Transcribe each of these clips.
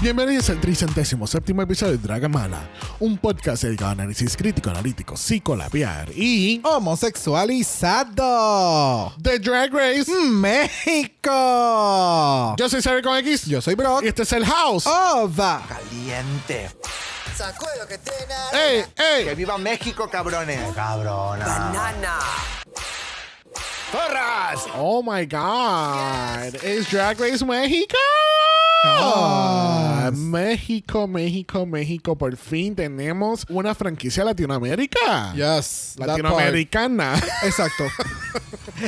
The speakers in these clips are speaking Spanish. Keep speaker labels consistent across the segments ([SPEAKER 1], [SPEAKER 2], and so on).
[SPEAKER 1] Bienvenidos al tricentésimo séptimo episodio de Dragamala, un podcast dedicado a análisis crítico, analítico, psicolabiar y
[SPEAKER 2] homosexualizado Mm,
[SPEAKER 3] de Drag Race
[SPEAKER 2] México.
[SPEAKER 3] Yo soy Saber con X,
[SPEAKER 2] yo soy Brock
[SPEAKER 3] y este es el House.
[SPEAKER 1] Oh,
[SPEAKER 2] Ova
[SPEAKER 4] caliente. Sacude lo que tiene.
[SPEAKER 3] ¡Ey, ey!
[SPEAKER 4] Que viva México, cabrones. Cabrona. Banana.
[SPEAKER 3] ¡Torras! Oh my God, it's Drag Race México.
[SPEAKER 2] Oh.
[SPEAKER 3] México, México, México, por fin tenemos una franquicia Latinoamérica.
[SPEAKER 2] Yes, that
[SPEAKER 3] Latinoamericana.
[SPEAKER 2] part. Exacto.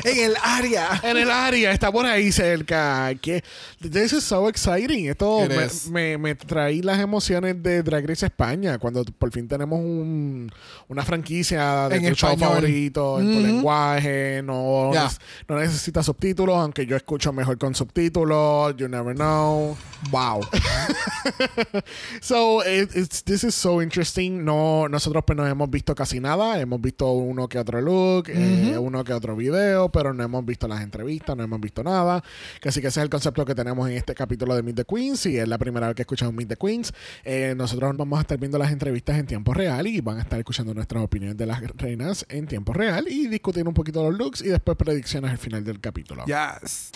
[SPEAKER 2] en el área.
[SPEAKER 3] En el área, está por ahí cerca. Que, this is so exciting. Esto
[SPEAKER 2] It
[SPEAKER 3] me,
[SPEAKER 2] is.
[SPEAKER 3] me, me traí las emociones de Drag Race España, cuando por fin tenemos un- una franquicia de
[SPEAKER 2] En
[SPEAKER 3] tu show
[SPEAKER 2] español.
[SPEAKER 3] favorito, en tu lenguaje, no,
[SPEAKER 2] Ya.
[SPEAKER 3] neces- no necesita subtítulos, aunque yo escucho mejor con subtítulos, you never know.
[SPEAKER 2] Wow.
[SPEAKER 3] So, it- it's- this is so interesting. No, nosotros pues, no hemos visto casi nada. Hemos visto uno que otro look, eh, uno que otro video, pero no hemos visto las entrevistas, no hemos visto nada. Que Así que ese es el concepto que tenemos en este capítulo de Meet the Queens. Si es la primera vez que escuchamos Meet the Queens, eh, nosotros vamos a estar viendo las entrevistas en tiempo real y van a estar escuchando nuestras opiniones de las reinas en tiempo real y discutir un poquito los looks y después predicciones al final del capítulo.
[SPEAKER 2] Yes.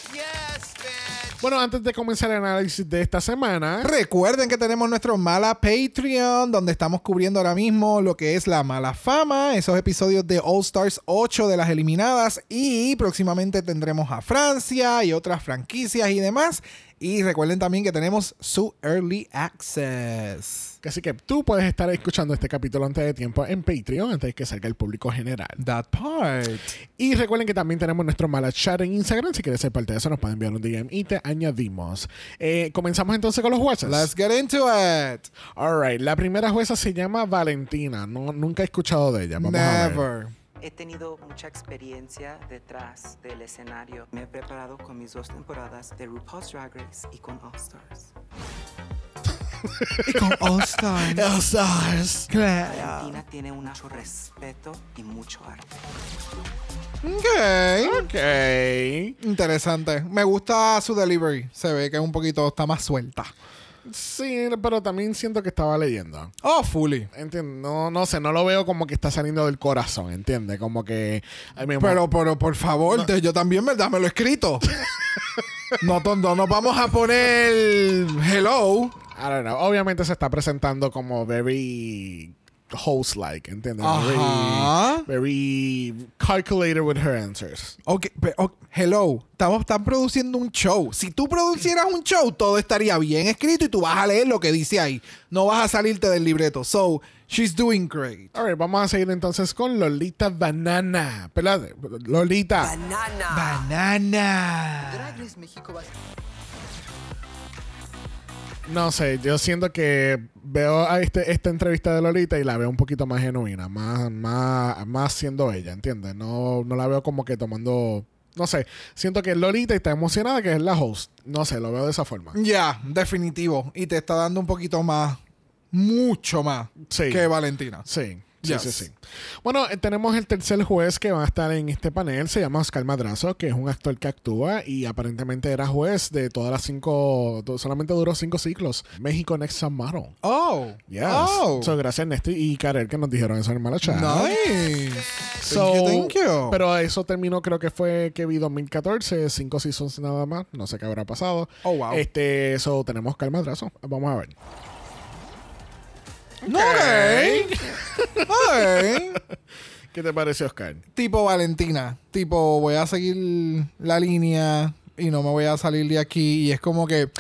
[SPEAKER 3] Bueno, antes de comenzar el análisis de esta semana,
[SPEAKER 2] Recuerden que tenemos nuestro Mala Patreon, donde estamos cubriendo ahora mismo lo que es la mala fama, esos episodios de All Stars 8 de las eliminadas y próximamente tendremos a Francia y otras franquicias y demás. Y recuerden también que tenemos su Early Access.
[SPEAKER 3] Así que tú puedes estar escuchando este capítulo antes de tiempo en Patreon, antes de que salga el público general.
[SPEAKER 2] That part.
[SPEAKER 3] Y recuerden que también tenemos nuestro Mala Chat en Instagram. Si quieres ser parte de eso, nos pueden enviar un DM y te añadimos. Eh, comenzamos entonces con los jueces.
[SPEAKER 2] Let's get into it.
[SPEAKER 3] All right. La primera jueza se llama Valentina. No, nunca he escuchado de ella. Vamos a ver.
[SPEAKER 2] Never.
[SPEAKER 5] He tenido mucha experiencia detrás del escenario. Me he preparado con mis dos temporadas de RuPaul's Drag Race y con All Stars.
[SPEAKER 2] Y con All Stars.
[SPEAKER 3] Los Stars.
[SPEAKER 2] Claro.
[SPEAKER 5] Tina tiene un mucho respeto y mucho arte.
[SPEAKER 2] Ok.
[SPEAKER 3] Ok.
[SPEAKER 2] Interesante. Me gusta su delivery. Se ve que es un poquito está más suelta.
[SPEAKER 3] Sí, pero también siento que estaba leyendo.
[SPEAKER 2] Oh, fully.
[SPEAKER 3] Entiendo. No, no sé, no lo veo como que está saliendo del corazón, ¿entiendes? Como que. ay, mi amor,
[SPEAKER 2] Pero, pero, por favor, te- yo también, ¿verdad? Me lo he escrito. no, no, no nos vamos a poner hello.
[SPEAKER 3] I don't know. Obviamente se está presentando como very host-like, ¿entiendes?
[SPEAKER 2] Ajá.
[SPEAKER 3] Very, very calculated with her answers.
[SPEAKER 2] Ok, pe- ok, hello. Estamos están produciendo un show. Si tú producieras un show, todo estaría bien escrito y tú vas a leer lo que dice ahí. No vas a salirte del libreto. So, she's doing great.
[SPEAKER 3] All right, vamos a seguir entonces con Lolita Banana. Espérate, Lolita.
[SPEAKER 2] Banana.
[SPEAKER 4] Drag Race México va a
[SPEAKER 3] No sé, yo siento que veo a este, esta entrevista de Lolita y la veo un poquito más genuina, más, más, más siendo ella, ¿entiendes? No, no la veo como que tomando... No sé, siento que Lolita está emocionada que es la host. No sé, lo veo de esa forma.
[SPEAKER 2] Ya, definitivo. Y te está dando un poquito más mucho más
[SPEAKER 3] Sí.
[SPEAKER 2] que Valentina.
[SPEAKER 3] Sí. Sí,
[SPEAKER 2] Yes.
[SPEAKER 3] sí, sí. Bueno, eh, tenemos el tercer juez que va a estar en este panel. Se llama Oscar Madrazo, que es un actor que actúa y aparentemente era juez de todas las cinco. do- Solamente duró cinco ciclos. México Next San Marino.
[SPEAKER 2] Oh.
[SPEAKER 3] Yes.
[SPEAKER 2] Oh.
[SPEAKER 3] So, gracias, Nesty y Karel, que nos dijeron eso en el mala chat.
[SPEAKER 2] nice.
[SPEAKER 3] So,
[SPEAKER 2] thank you, thank you.
[SPEAKER 3] Pero eso terminó, creo que fue que vi 2014, cinco seasons nada más. No sé qué habrá pasado.
[SPEAKER 2] Oh, wow.
[SPEAKER 3] Este, eso tenemos Oscar Madrazo. Vamos a ver.
[SPEAKER 2] No, ok. Ok.
[SPEAKER 3] ¿Qué te parece, Oscar?
[SPEAKER 2] tipo Valentina. Tipo, voy a seguir la línea y no me voy a salir de aquí. Y es como que,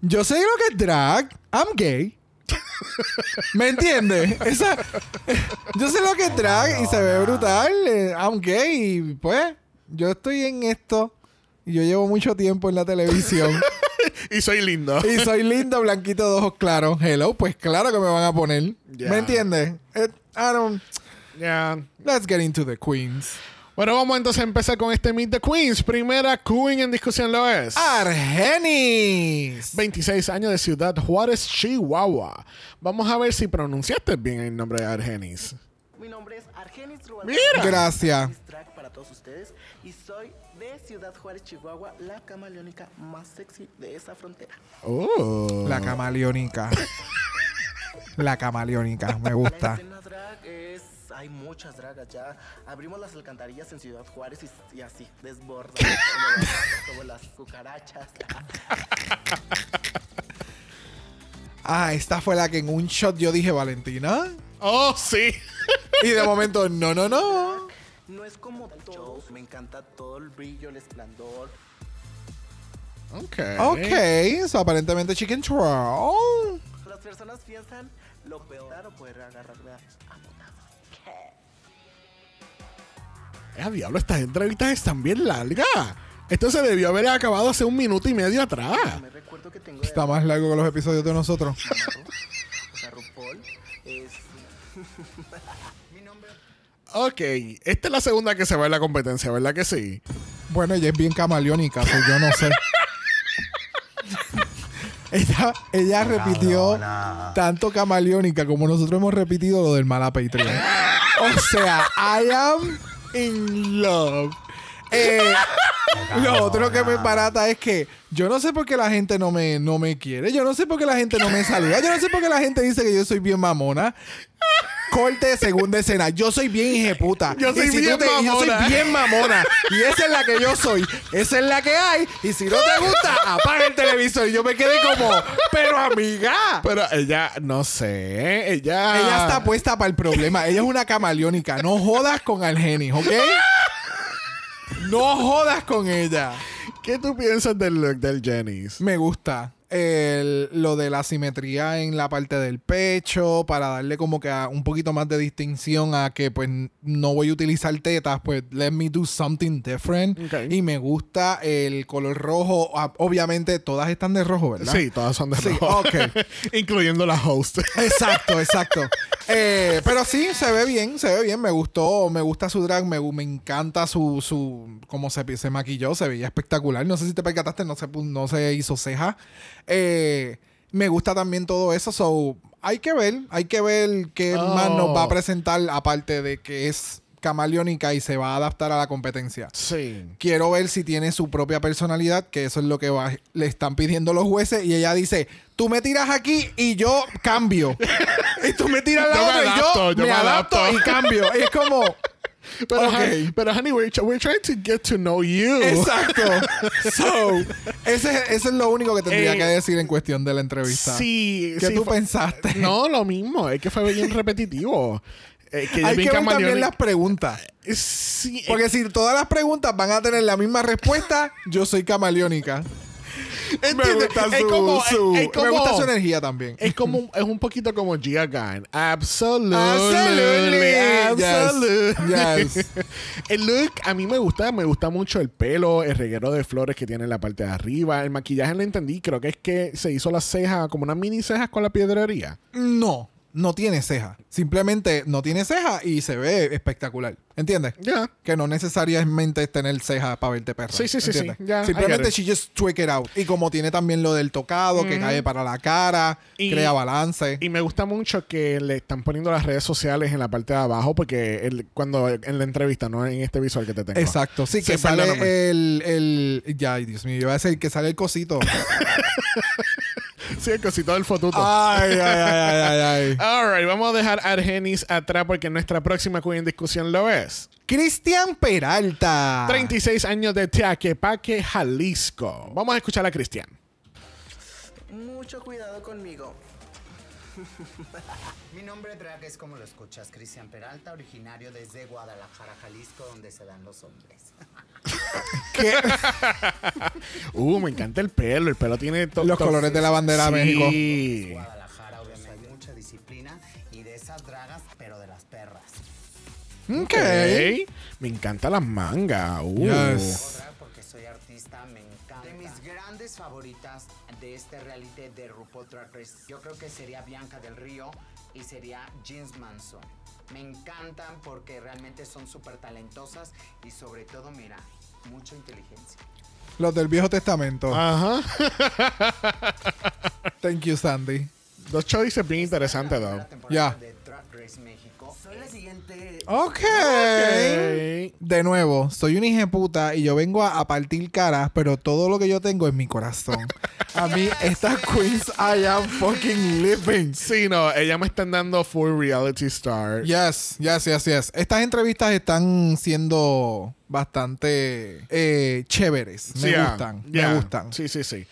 [SPEAKER 2] yo sé lo que es drag, I'm gay. ¿Me entiendes? Esa- yo sé lo que es drag y se ve brutal, eh, I'm gay. Y pues, yo estoy en esto. Y yo llevo mucho tiempo en la televisión.
[SPEAKER 3] Y soy lindo.
[SPEAKER 2] y soy lindo, blanquito, de ojos claros. Hello, pues claro que me van a poner.
[SPEAKER 3] Ya.
[SPEAKER 2] ¿Me entiendes? Eh, I don't-
[SPEAKER 3] Ya.
[SPEAKER 2] Let's get into the queens.
[SPEAKER 3] Bueno, vamos entonces a empezar con este Meet the Queens. Primera Queen en discusión lo es.
[SPEAKER 2] Argenis.
[SPEAKER 3] 26 años de Ciudad Juárez, Chihuahua. Vamos a ver si pronunciaste bien el nombre de Argenis.
[SPEAKER 6] Mi nombre es Argenis
[SPEAKER 3] Mira.
[SPEAKER 2] Gracias.
[SPEAKER 6] Track para todos ustedes y soy de Ciudad Juárez, Chihuahua, la camaleónica más sexy de esa frontera.
[SPEAKER 3] Oh.
[SPEAKER 2] La camaleónica. La camaleónica, me
[SPEAKER 6] La
[SPEAKER 2] gusta.
[SPEAKER 6] escena drag es hay muchas dragas ya. Abrimos las alcantarillas en Ciudad Juárez y, y así desbordan como las, como las cucarachas.
[SPEAKER 2] Ah, esta fue la que en un shot yo dije Valentina.
[SPEAKER 3] Oh, sí.
[SPEAKER 2] Y de momento, no, no, no.
[SPEAKER 6] No es como todos, me encanta todo el brillo, el esplendor.
[SPEAKER 3] Ok.
[SPEAKER 2] Ok, so, aparentemente Chicken Troll.
[SPEAKER 6] Las personas piensan lo peor o poder agarrarme a a putazos.
[SPEAKER 3] Eh, diablo, estas entrevistas están bien largas. Esto se debió haber acabado hace un minuto y medio atrás.
[SPEAKER 6] Me recuerdo que tengo
[SPEAKER 2] Está más largo que los episodios de nosotros.
[SPEAKER 6] Naruto, o sea, RuPaul es
[SPEAKER 3] Ok, esta es la segunda que se va en la competencia, ¿verdad que sí?
[SPEAKER 2] Bueno, ella es bien camaleónica, so yo no sé. Ella, ella repitió tanto camaleónica como nosotros hemos repetido lo del mala Patreon. O sea, I am in love. Eh, lo otro que me barata es que yo no sé por qué la gente no me, no me quiere, yo no sé por qué la gente no me saluda, yo no sé por qué la gente dice que yo soy bien mamona. Corte de segunda escena. Yo soy bien hijeputa.
[SPEAKER 3] Yo
[SPEAKER 2] Y
[SPEAKER 3] soy
[SPEAKER 2] si tú
[SPEAKER 3] bien
[SPEAKER 2] te- y Yo
[SPEAKER 3] mamona.
[SPEAKER 2] soy bien mamona. Y esa es la que yo soy. Esa es la que hay. Y si no te gusta, apaga el televisor. Y yo me quedé como, pero amiga.
[SPEAKER 3] Pero ella, no sé, ella...
[SPEAKER 2] Ah. Ella está puesta para el problema. Ella es una camaleónica. No jodas con Argenis, ¿ok? No jodas con ella.
[SPEAKER 3] ¿Qué tú piensas del look del Jennys?
[SPEAKER 2] Me gusta. El- lo de la simetría en la parte del pecho para darle como que a- un poquito más de distinción a que pues no voy a utilizar tetas, pues let me do something different.
[SPEAKER 3] Ok.
[SPEAKER 2] Y me gusta el color rojo. Ah, Obviamente todas están de rojo, ¿verdad?
[SPEAKER 3] Sí, todas son de
[SPEAKER 2] Sí,
[SPEAKER 3] rojo.
[SPEAKER 2] ok.
[SPEAKER 3] Incluyendo la host.
[SPEAKER 2] Exacto, exacto. Eh, pero sí, se ve bien, se ve bien. Me gustó, me gusta su drag, me, gu- me encanta su, su cómo se, se maquilló, se veía espectacular. No sé si te percataste, no se, pu- no se hizo ceja. Eh, me gusta también todo eso, so hay que ver, hay que ver qué
[SPEAKER 3] Oh.
[SPEAKER 2] más nos va a presentar, aparte de que es camaleónica y se va a adaptar a la competencia.
[SPEAKER 3] sí.
[SPEAKER 2] Quiero ver si tiene su propia personalidad, que eso es lo que va- le están pidiendo los jueces. Y ella dice: Tú me tiras aquí y yo cambio. y tú me tiras la
[SPEAKER 3] Yo me
[SPEAKER 2] otra
[SPEAKER 3] adapto,
[SPEAKER 2] y yo,
[SPEAKER 3] yo
[SPEAKER 2] me
[SPEAKER 3] me
[SPEAKER 2] adapto,
[SPEAKER 3] adapto.
[SPEAKER 2] y cambio. Y es como.
[SPEAKER 3] Pero,
[SPEAKER 2] Ok.
[SPEAKER 3] honey, pero honey, we're, tr- we're trying to get to know you.
[SPEAKER 2] Exacto. so, ese, ese es lo único que tendría
[SPEAKER 3] Eh,
[SPEAKER 2] que decir en cuestión de la entrevista.
[SPEAKER 3] Sí,
[SPEAKER 2] ¿Qué
[SPEAKER 3] sí,
[SPEAKER 2] tú
[SPEAKER 3] fue-
[SPEAKER 2] pensaste?
[SPEAKER 3] No, lo mismo. Es que fue bien repetitivo. Eh, que ella
[SPEAKER 2] Hay
[SPEAKER 3] bien
[SPEAKER 2] que ver también
[SPEAKER 3] camaleónica.
[SPEAKER 2] las preguntas.
[SPEAKER 3] Sí,
[SPEAKER 2] Porque si todas las preguntas van a tener la misma respuesta, yo soy camaleónica. Me
[SPEAKER 3] ¿Entiendes?
[SPEAKER 2] gusta su,
[SPEAKER 3] Es como- es-
[SPEAKER 2] su-
[SPEAKER 3] es
[SPEAKER 2] me gusta
[SPEAKER 3] como-
[SPEAKER 2] su energía también.
[SPEAKER 3] Es como un- es un poquito como Gia Gunn. Absolutely.
[SPEAKER 2] Absolutely.
[SPEAKER 3] Absolutely.
[SPEAKER 2] Yes. Yes.
[SPEAKER 3] el look a mí me gusta, me gusta mucho el pelo, el reguero de flores que tiene en la parte de arriba, el maquillaje lo entendí, creo que es que se hizo las cejas como unas mini cejas con la piedrería.
[SPEAKER 2] No. no tiene ceja. Simplemente no tiene ceja y se ve espectacular. ¿Entiendes?
[SPEAKER 3] Ya.
[SPEAKER 2] Que no necesariamente es tener ceja para verte perra.
[SPEAKER 3] Sí, sí, sí, sí.
[SPEAKER 2] ¿entiendes?
[SPEAKER 3] Ya, I
[SPEAKER 2] Simplemente
[SPEAKER 3] get Mm.
[SPEAKER 2] she just tweak it out. Y como tiene también lo del tocado, que cae para la cara,
[SPEAKER 3] Y-
[SPEAKER 2] crea balance.
[SPEAKER 3] Y me gusta mucho que le están poniendo las redes sociales en la parte de abajo, porque el- cuando en la entrevista, no en este visual que te tengo.
[SPEAKER 2] Exacto, sí, que
[SPEAKER 3] Sí, perdóname.
[SPEAKER 2] sale el, el. Ya, ay, Dios mío, iba a decir que sale el cosito.
[SPEAKER 3] Sí, el cosito del fotuto.
[SPEAKER 2] ay, ay, ay, ay, ay.
[SPEAKER 3] Alright, vamos a dejar a Argenis atrás porque nuestra próxima queen en discusión lo es.
[SPEAKER 2] Cristian Peralta.
[SPEAKER 3] 36 años de Teaquepaque, Jalisco. Vamos a escuchar a Cristian.
[SPEAKER 6] Mucho cuidado conmigo.
[SPEAKER 7] Mi nombre drag es como lo escuchas, Cristian Peralta, originario desde Guadalajara, Jalisco, donde se dan los hombres.
[SPEAKER 2] ¿Qué?
[SPEAKER 3] Uh, me encanta el pelo. El pelo tiene to-
[SPEAKER 2] Los
[SPEAKER 3] to-
[SPEAKER 2] colores de la bandera de México.
[SPEAKER 3] Sí.
[SPEAKER 7] Guadalajara, obviamente, hay mucha disciplina y de esas dragas, pero de las perras.
[SPEAKER 2] Ok.
[SPEAKER 3] Ok. Me encanta las mangas. Uh.
[SPEAKER 2] Yes.
[SPEAKER 7] Drag porque soy artista, me encanta. De mis grandes favoritas de este reality de RuPaul Drag Race, yo creo que sería Bianca del Río y sería Jeans Manson. Me encantan porque realmente son súper talentosas y sobre todo, mira, mucha inteligencia.
[SPEAKER 2] Los del Viejo Testamento.
[SPEAKER 3] Ajá.
[SPEAKER 2] Thank you, Sandy.
[SPEAKER 3] Dos choices bien interesantes, though.
[SPEAKER 7] La temporada
[SPEAKER 2] Ya.
[SPEAKER 7] de Drag Race México.
[SPEAKER 4] Soy la siguiente.
[SPEAKER 2] Ok.
[SPEAKER 3] Ok.
[SPEAKER 2] De nuevo, soy un puta y yo vengo a, a partir caras, pero todo lo que yo tengo es mi corazón. A mí, estas queens, I am fucking living.
[SPEAKER 3] Sí, no, ella me están dando full reality star.
[SPEAKER 2] Yes, yes, yes, yes. Estas entrevistas están siendo bastante eh, chéveres. Me
[SPEAKER 3] Yeah,
[SPEAKER 2] gustan,
[SPEAKER 3] ah, yeah.
[SPEAKER 2] me gustan.
[SPEAKER 3] Sí, sí, sí.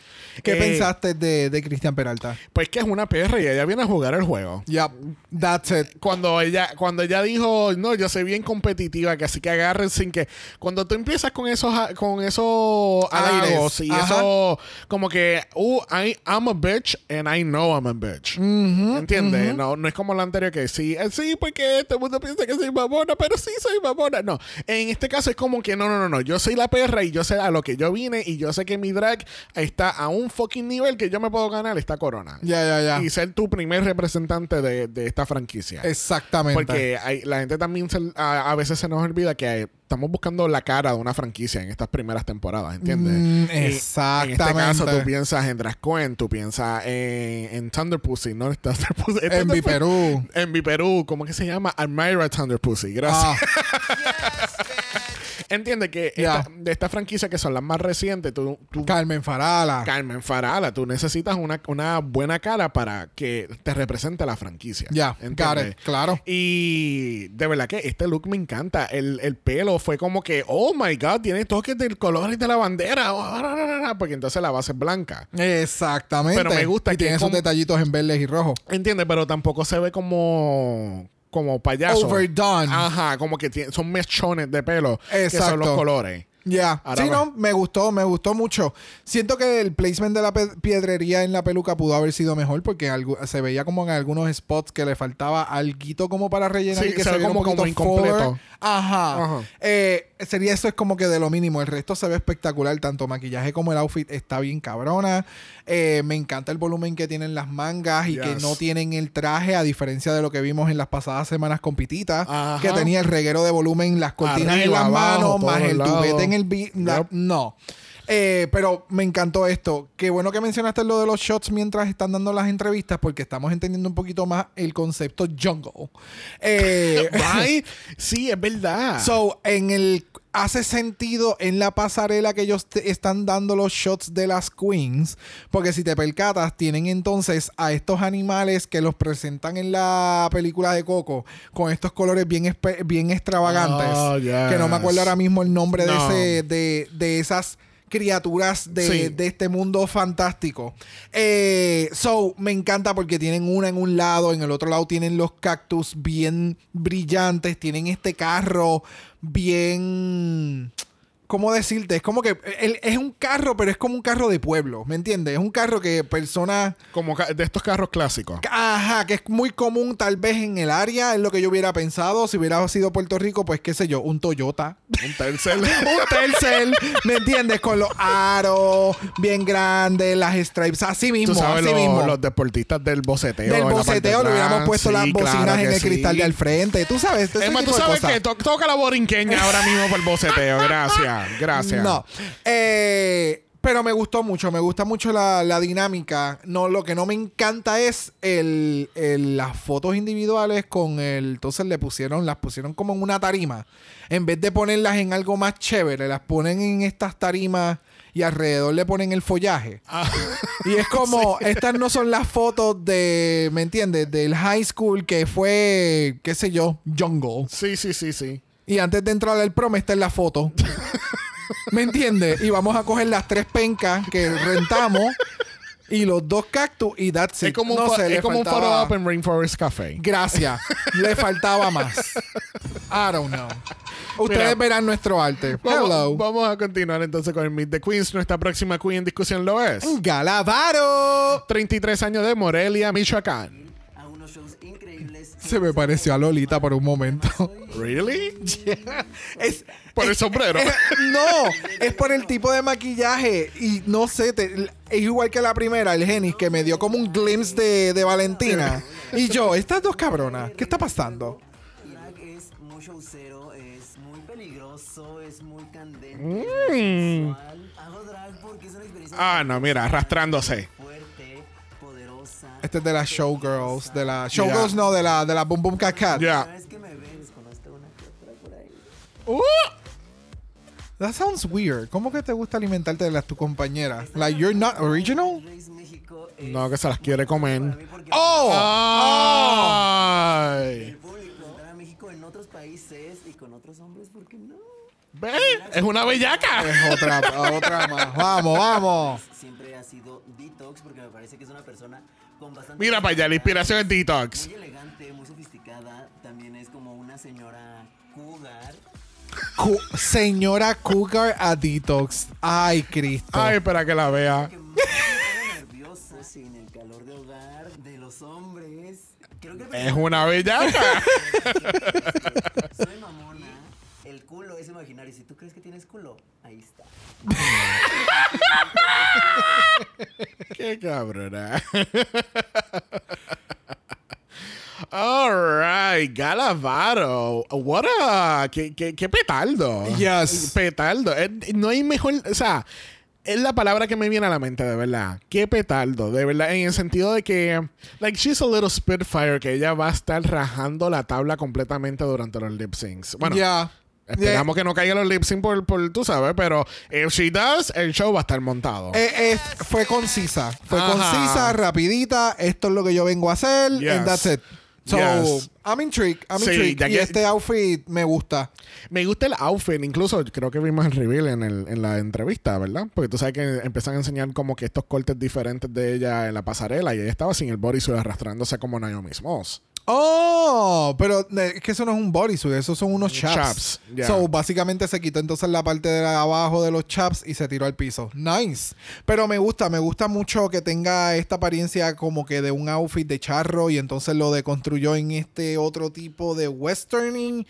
[SPEAKER 2] ¿Qué
[SPEAKER 3] Eh,
[SPEAKER 2] pensaste de, de Cristian Peralta?
[SPEAKER 3] Pues que es una perra y ella viene a jugar el juego.
[SPEAKER 2] Yep, that's it.
[SPEAKER 3] Cuando ella, cuando ella dijo, no, yo soy bien competitiva, que así que agarren sin que. Cuando tú empiezas con esos a- con esos
[SPEAKER 2] Aires,
[SPEAKER 3] halagos y
[SPEAKER 2] ajá.
[SPEAKER 3] eso como que uh, I, I'm a bitch and I know I'm a bitch. ¿Entiendes? No, no es como la anterior que sí, eh, sí, porque todo el mundo piensa que soy babona, pero sí soy babona. No. En este caso es como que no, no, no, no. Yo soy la perra y yo sé a lo que yo vine y yo sé que mi drag está a un fucking nivel que yo me puedo ganar esta corona.
[SPEAKER 2] Ya, ya,
[SPEAKER 3] Y
[SPEAKER 2] ya.
[SPEAKER 3] ser tu primer representante de, de esta franquicia.
[SPEAKER 2] Exactamente.
[SPEAKER 3] Porque hay- la gente también se- a, a veces se nos olvida que hay- estamos buscando la cara de una franquicia en estas primeras temporadas, ¿entiendes?
[SPEAKER 2] Mm,
[SPEAKER 3] Y En este caso
[SPEAKER 2] exactamente.
[SPEAKER 3] tú piensas en Drag Queen, tú piensas en, en Thunder Pussy, no en Thunder Pussy. en
[SPEAKER 2] en
[SPEAKER 3] Thunder
[SPEAKER 2] mi
[SPEAKER 3] Pussy-
[SPEAKER 2] Perú.
[SPEAKER 3] En mi Perú, ¿cómo que se llama? Admira Thunder Pussy, gracias.
[SPEAKER 2] Ah,
[SPEAKER 3] Entiende que
[SPEAKER 2] Ya.
[SPEAKER 3] esta- de estas franquicias que son las más recientes, tú, tú-
[SPEAKER 2] Carmen Farala.
[SPEAKER 3] Carmen Farala, tú necesitas una, una buena cara para que te represente la franquicia.
[SPEAKER 2] Ya, got
[SPEAKER 3] ¿entiendes?
[SPEAKER 2] it, claro.
[SPEAKER 3] Y de verdad que este look me encanta. El, el pelo fue como que, oh my god, tiene toques del color de la bandera. Oh, ra, ra, ra, ra, Porque entonces la base es blanca.
[SPEAKER 2] Exactamente.
[SPEAKER 3] Pero me gusta
[SPEAKER 2] y
[SPEAKER 3] que
[SPEAKER 2] tiene esos
[SPEAKER 3] con-
[SPEAKER 2] detallitos en verdes y rojos.
[SPEAKER 3] Entiende, pero tampoco se ve como, como payaso.
[SPEAKER 2] Overdone.
[SPEAKER 3] Ajá, como que tiene- son mechones de pelo. Que son los
[SPEAKER 2] Exacto.
[SPEAKER 3] colores.
[SPEAKER 2] Ya.
[SPEAKER 3] Ahora
[SPEAKER 2] Sí,
[SPEAKER 3] va.
[SPEAKER 2] no, me gustó, me gustó mucho. Siento que el placement de la pe- piedrería en la peluca pudo haber sido mejor porque algu- se veía como en algunos spots que le faltaba alguito como para rellenar
[SPEAKER 3] Sí,
[SPEAKER 2] y que
[SPEAKER 3] se ve
[SPEAKER 2] viera
[SPEAKER 3] como- como
[SPEAKER 2] poquito
[SPEAKER 3] incompleto.
[SPEAKER 2] fuller. Ajá.
[SPEAKER 3] Ajá.
[SPEAKER 2] Eh, sería eso es como que de lo mínimo. El resto se ve espectacular, tanto maquillaje como el outfit está bien cabrona. Eh, me encanta el volumen que tienen las mangas y que
[SPEAKER 3] Yes.
[SPEAKER 2] no tienen el traje, a diferencia de lo que vimos en las pasadas semanas con Pitita,
[SPEAKER 3] Ajá.
[SPEAKER 2] que tenía el reguero de volumen, las cortinas en
[SPEAKER 3] Arriba,
[SPEAKER 2] las
[SPEAKER 3] abajo,
[SPEAKER 2] manos, más
[SPEAKER 3] todos
[SPEAKER 2] el
[SPEAKER 3] lados.
[SPEAKER 2] tubete en el vi- la-
[SPEAKER 3] Yep.
[SPEAKER 2] No. Eh, pero me encantó esto. Qué bueno que mencionaste lo de los shots mientras están dando las entrevistas, porque estamos entendiendo un poquito más el concepto jungle. Eh,
[SPEAKER 3] Right? sí, es verdad.
[SPEAKER 2] so, en el. Hace sentido en la pasarela que ellos te- están dando los shots de las queens, porque si te percatas, tienen entonces a estos animales que los presentan en la película de Coco, con estos colores bien, espe- bien extravagantes,
[SPEAKER 3] Oh, yes.
[SPEAKER 2] que no me acuerdo ahora mismo el nombre
[SPEAKER 3] No.
[SPEAKER 2] de, ese, de, de esas criaturas de,
[SPEAKER 3] Sí.
[SPEAKER 2] de este mundo fantástico. Eh, so, me encanta porque tienen una en un lado, en el otro lado tienen los cactus bien brillantes, tienen este carro bien ¿Cómo decirte? Es como que el- es un carro, pero es como un carro de pueblo, ¿me entiendes? Es un carro que personas
[SPEAKER 3] Como ca- de estos carros clásicos.
[SPEAKER 2] Ajá, que es muy común tal vez en el área, es lo que yo hubiera pensado. Si hubiera sido Puerto Rico, pues qué sé yo, un Toyota.
[SPEAKER 3] Un tercer.
[SPEAKER 2] un Tercel, ¿me entiendes? Con los aros bien grandes, las stripes, así mismo,
[SPEAKER 3] Tú sabes,
[SPEAKER 2] así
[SPEAKER 3] los,
[SPEAKER 2] mismo.
[SPEAKER 3] los deportistas del boceteo.
[SPEAKER 2] Del
[SPEAKER 3] en la parte
[SPEAKER 2] boceteo
[SPEAKER 3] de
[SPEAKER 2] le hubiéramos
[SPEAKER 3] atrás.
[SPEAKER 2] puesto
[SPEAKER 3] Sí,
[SPEAKER 2] las
[SPEAKER 3] claro
[SPEAKER 2] bocinas en
[SPEAKER 3] que
[SPEAKER 2] el cristal
[SPEAKER 3] sí.
[SPEAKER 2] del frente. Tú sabes, ese
[SPEAKER 3] Emma, tú
[SPEAKER 2] tipo de
[SPEAKER 3] sabes
[SPEAKER 2] cosas.
[SPEAKER 3] que to- toca la borinqueña ahora mismo por el boceteo. Gracias, gracias.
[SPEAKER 2] No. Eh, pero me gustó mucho, me gusta mucho la, la dinámica. No, lo que no me encanta es el, el- las fotos individuales con el. Entonces le pusieron, las pusieron como en una tarima. En vez de ponerlas en algo más chévere, las ponen en estas tarimas y alrededor le ponen el follaje. Y es como, estas no son las fotos de, ¿me entiendes? Del high school que fue, qué sé yo, jungle.
[SPEAKER 3] Sí, sí, sí, sí.
[SPEAKER 2] Y antes de entrar al prom, está en la foto. ¿Me entiendes? Y vamos a coger las tres pencas que rentamos y los dos cactus y that's it.
[SPEAKER 3] es como
[SPEAKER 2] No
[SPEAKER 3] un, fa-
[SPEAKER 2] sé, le
[SPEAKER 3] es como un
[SPEAKER 2] faltaba-
[SPEAKER 3] photo up en Rainforest Café.
[SPEAKER 2] Gracias. le faltaba más. I don't know. Ustedes
[SPEAKER 3] Mira,
[SPEAKER 2] verán nuestro arte. Hello.
[SPEAKER 3] Vamos, vamos a continuar entonces con el Meet the Queens. Nuestra próxima queen en discusión lo es.
[SPEAKER 2] Mm. Galavaro.
[SPEAKER 3] 33 años de Morelia, Michoacán.
[SPEAKER 8] a unos shows increíbles.
[SPEAKER 2] Se me pareció a Lolita por un momento.
[SPEAKER 3] ¿Really?
[SPEAKER 2] es,
[SPEAKER 3] Por el sombrero.
[SPEAKER 2] Eh, no, es por el tipo de maquillaje. Y no sé, te- es igual que la primera, el Genis, que me dio como un glimpse de, de Valentina. Y yo, estas dos cabronas, ¿qué está pasando?
[SPEAKER 8] Drag es muy showcero, es muy peligroso, es muy candente,
[SPEAKER 2] Mm.
[SPEAKER 8] sexual. Hago drag porque es una experiencia
[SPEAKER 3] Ah, no, mira, arrastrándose.
[SPEAKER 8] fuerte, poderosa.
[SPEAKER 2] Este es de las showgirls, de la showgirls no, de la de la Boom Boom Cat Cat.
[SPEAKER 3] Ya.
[SPEAKER 8] Cada vez que me ves, conozco una que otra por ahí.
[SPEAKER 2] That sounds weird. ¿Cómo que te gusta alimentarte de las tu compañera? Like you're not original?
[SPEAKER 8] Race México es
[SPEAKER 3] No, que se las quiere comer.
[SPEAKER 8] para mí porque
[SPEAKER 2] Oh,
[SPEAKER 3] ¡Ay!
[SPEAKER 8] el público entrar a México en otros países y con otros hombres, ¿por qué no?
[SPEAKER 3] ¿Ve? ¿Eh? Es una bellaca.
[SPEAKER 2] es otra otra más. Vamos, vamos.
[SPEAKER 8] Siempre ha sido detox porque me parece que es una persona con bastante.
[SPEAKER 3] Mira para allá, la inspiración es detox.
[SPEAKER 8] Muy elegante, muy sofisticada. También es como una señora cougar.
[SPEAKER 2] Cu- señora Cougar a detox. Ay, Cristo.
[SPEAKER 3] Ay, espera que la vea.
[SPEAKER 8] que más me pone nerviosa sin el calor de hogar de los hombres. Creo que el
[SPEAKER 3] Es una bellaca.
[SPEAKER 8] personaje- soy mamona. El culo es imaginario. Si tú crees que tienes culo, ahí está.
[SPEAKER 3] Qué cabrona. All right, Galavaro. What a. Qué, qué- qué petardo.
[SPEAKER 2] Yes.
[SPEAKER 3] Petardo. Eh, No hay mejor. O sea, es la palabra que me viene a la mente, de verdad. Qué petardo. De verdad, en el sentido de que. Like, she's a little Spitfire, que ella va a estar rajando la tabla completamente durante los lip syncs. Bueno.
[SPEAKER 2] Ya.
[SPEAKER 3] Esperamos
[SPEAKER 2] Eh,
[SPEAKER 3] que no caigan los lip syncs por, por, tú sabes, pero if she does, el show va a estar montado.
[SPEAKER 2] Eh, eh, fue concisa. Fue
[SPEAKER 3] Ajá.
[SPEAKER 2] concisa, rapidita. Esto es lo que yo vengo a hacer.
[SPEAKER 3] Yes.
[SPEAKER 2] And that's it. So,
[SPEAKER 3] Yes.
[SPEAKER 2] I'm intrigued. I'm
[SPEAKER 3] Sí,
[SPEAKER 2] intrigued.
[SPEAKER 3] ya
[SPEAKER 2] Y
[SPEAKER 3] que-
[SPEAKER 2] este outfit me gusta.
[SPEAKER 3] Me gusta el outfit, incluso creo que vimos el reveal en, el- en la entrevista, ¿verdad? Porque tú sabes que empiezan a enseñar como que estos cortes diferentes de ella en la pasarela y ella estaba sin el bodysuit arrastrándose como Naomi Smalls.
[SPEAKER 2] Oh, pero eh, es que eso no es un bodysuit, esos son unos chaps.
[SPEAKER 3] Chaps, ya.
[SPEAKER 2] So, básicamente se quitó entonces la parte de abajo de los chaps y se tiró al piso. Nice. Pero me gusta, me gusta mucho que tenga esta apariencia como que de un outfit de charro y entonces lo deconstruyó en este otro tipo de westerning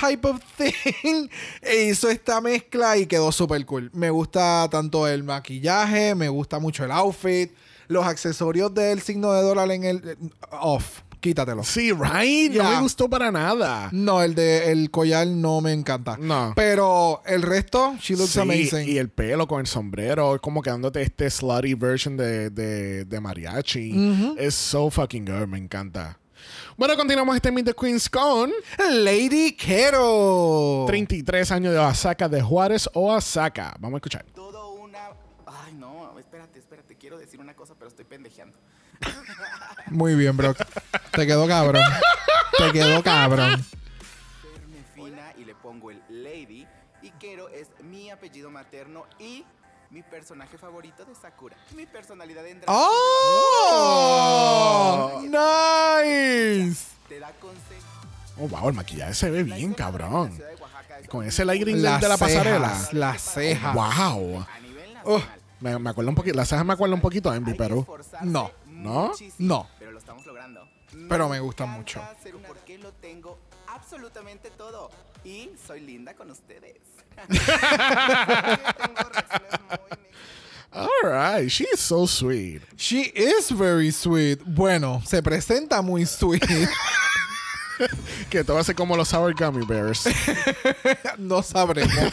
[SPEAKER 2] type of thing. e hizo esta mezcla y quedó súper cool. Me gusta tanto el maquillaje, me gusta mucho el outfit. Los accesorios del signo de dólar en el... eh, Off. Quítatelos.
[SPEAKER 3] Sí, right.
[SPEAKER 2] Ya.
[SPEAKER 3] No me gustó para nada.
[SPEAKER 2] No, el de el collar no me encanta.
[SPEAKER 3] No.
[SPEAKER 2] Pero el resto, she looks
[SPEAKER 3] Sí,
[SPEAKER 2] amazing.
[SPEAKER 3] y el pelo con el sombrero, como quedándote este slutty version de, de, de mariachi. Es so fucking good, me encanta. Bueno, continuamos este Meet the Queens con
[SPEAKER 2] Lady Kero.
[SPEAKER 3] 33 años de Osaka de Juárez o Osaka. Vamos a escuchar.
[SPEAKER 6] Todo una... Ay, no, espérate, espérate. Quiero decir una cosa, pero estoy pendejeando.
[SPEAKER 2] Muy bien, Brock. Te quedó cabrón. Te quedó cabrón.
[SPEAKER 6] Me fina y le pongo el Lady. Y Kero es mi apellido materno y mi personaje favorito de Sakura. Mi personalidad en drag
[SPEAKER 2] ¡Oh! ¡Nice!
[SPEAKER 6] te da consejos.
[SPEAKER 3] Oh, wow, el maquillaje se ve bien,
[SPEAKER 6] La historia de la
[SPEAKER 3] cabrón.
[SPEAKER 6] ciudad de Oaxaca es
[SPEAKER 3] con ese lightning de,
[SPEAKER 2] Las
[SPEAKER 3] de la pasarela.
[SPEAKER 2] cejas, Las cejas.
[SPEAKER 3] Wow.
[SPEAKER 6] A nivel nacional.
[SPEAKER 2] Ugh.
[SPEAKER 3] Me, me acuerdo un poquito, las cejas me acuerdan un poquito a Envy,
[SPEAKER 6] Hay que
[SPEAKER 3] pero
[SPEAKER 6] esforzarse
[SPEAKER 2] No.
[SPEAKER 3] ¿No?
[SPEAKER 6] muchísimo,
[SPEAKER 2] No.
[SPEAKER 6] Pero lo estamos logrando.
[SPEAKER 2] Pero me gusta
[SPEAKER 6] encanta
[SPEAKER 2] mucho.
[SPEAKER 6] ser una- Porque lo tengo absolutamente todo. Y soy linda con ustedes. Tengo reacciones muy negativas.
[SPEAKER 3] all right, she is so sweet.
[SPEAKER 2] She is very sweet. Bueno, se presenta muy sweet.
[SPEAKER 3] Que te va a hacer como los sour gummy bears.
[SPEAKER 2] no sabremos.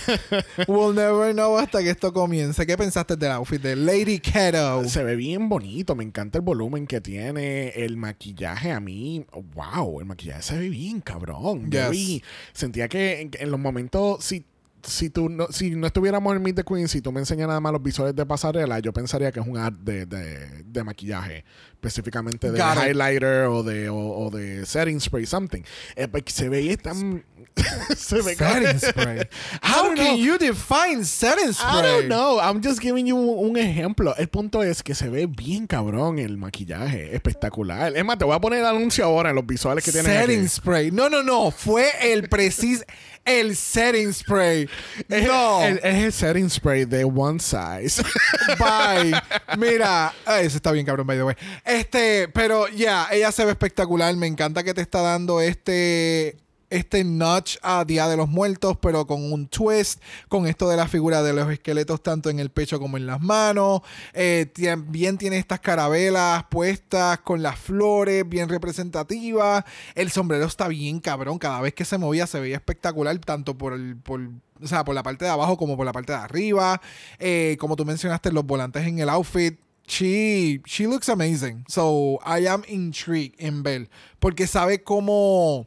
[SPEAKER 2] We'll never know hasta que esto comience. ¿Qué pensaste del outfit de Lady Keto?
[SPEAKER 3] Se ve bien bonito, me encanta el volumen que tiene, el maquillaje a mí, wow, el maquillaje se ve bien, cabrón. Yo
[SPEAKER 2] Yes.
[SPEAKER 3] vi- sentía que en, en los momentos, si, si, tú no, si no estuviéramos en Meet the Queen, si tú me enseñas nada más los visuales de pasarela, yo pensaría que es un ad de, de- de maquillaje, específicamente de
[SPEAKER 2] Got it.
[SPEAKER 3] highlighter o de, o, o de setting spray, something. Eh, pe- se veía tan... se ve
[SPEAKER 2] Setting spray. How
[SPEAKER 3] don't
[SPEAKER 2] can
[SPEAKER 3] know.
[SPEAKER 2] you define setting spray?
[SPEAKER 3] I don't know. I'm just giving you un un ejemplo. El punto es que se ve bien cabrón el maquillaje. Espectacular. Es más, te voy a poner el anuncio ahora en los visuales que tienes
[SPEAKER 2] setting
[SPEAKER 3] aquí.
[SPEAKER 2] spray. No, no, no. Fue el precis el setting spray.
[SPEAKER 3] Es-
[SPEAKER 2] No.
[SPEAKER 3] el- es el setting spray de One Size.
[SPEAKER 2] Bye. Mira, ay, eso está bien cabrón, by the way. Este, pero ya, ella se ve espectacular. Me encanta que te está dando este este notch a Día de los Muertos, pero con un twist, con esto de la figura de los esqueletos tanto en el pecho como en las manos. Eh, también tiene estas carabelas puestas con las flores, bien representativas. El sombrero está bien cabrón. Cada vez que se movía se veía espectacular, tanto por el, por o sea, por la parte de abajo como por la parte de arriba. Eh, como tú mencionaste, los volantes en el outfit. She, she looks amazing. So I am intrigued en ver. Porque sabe cómo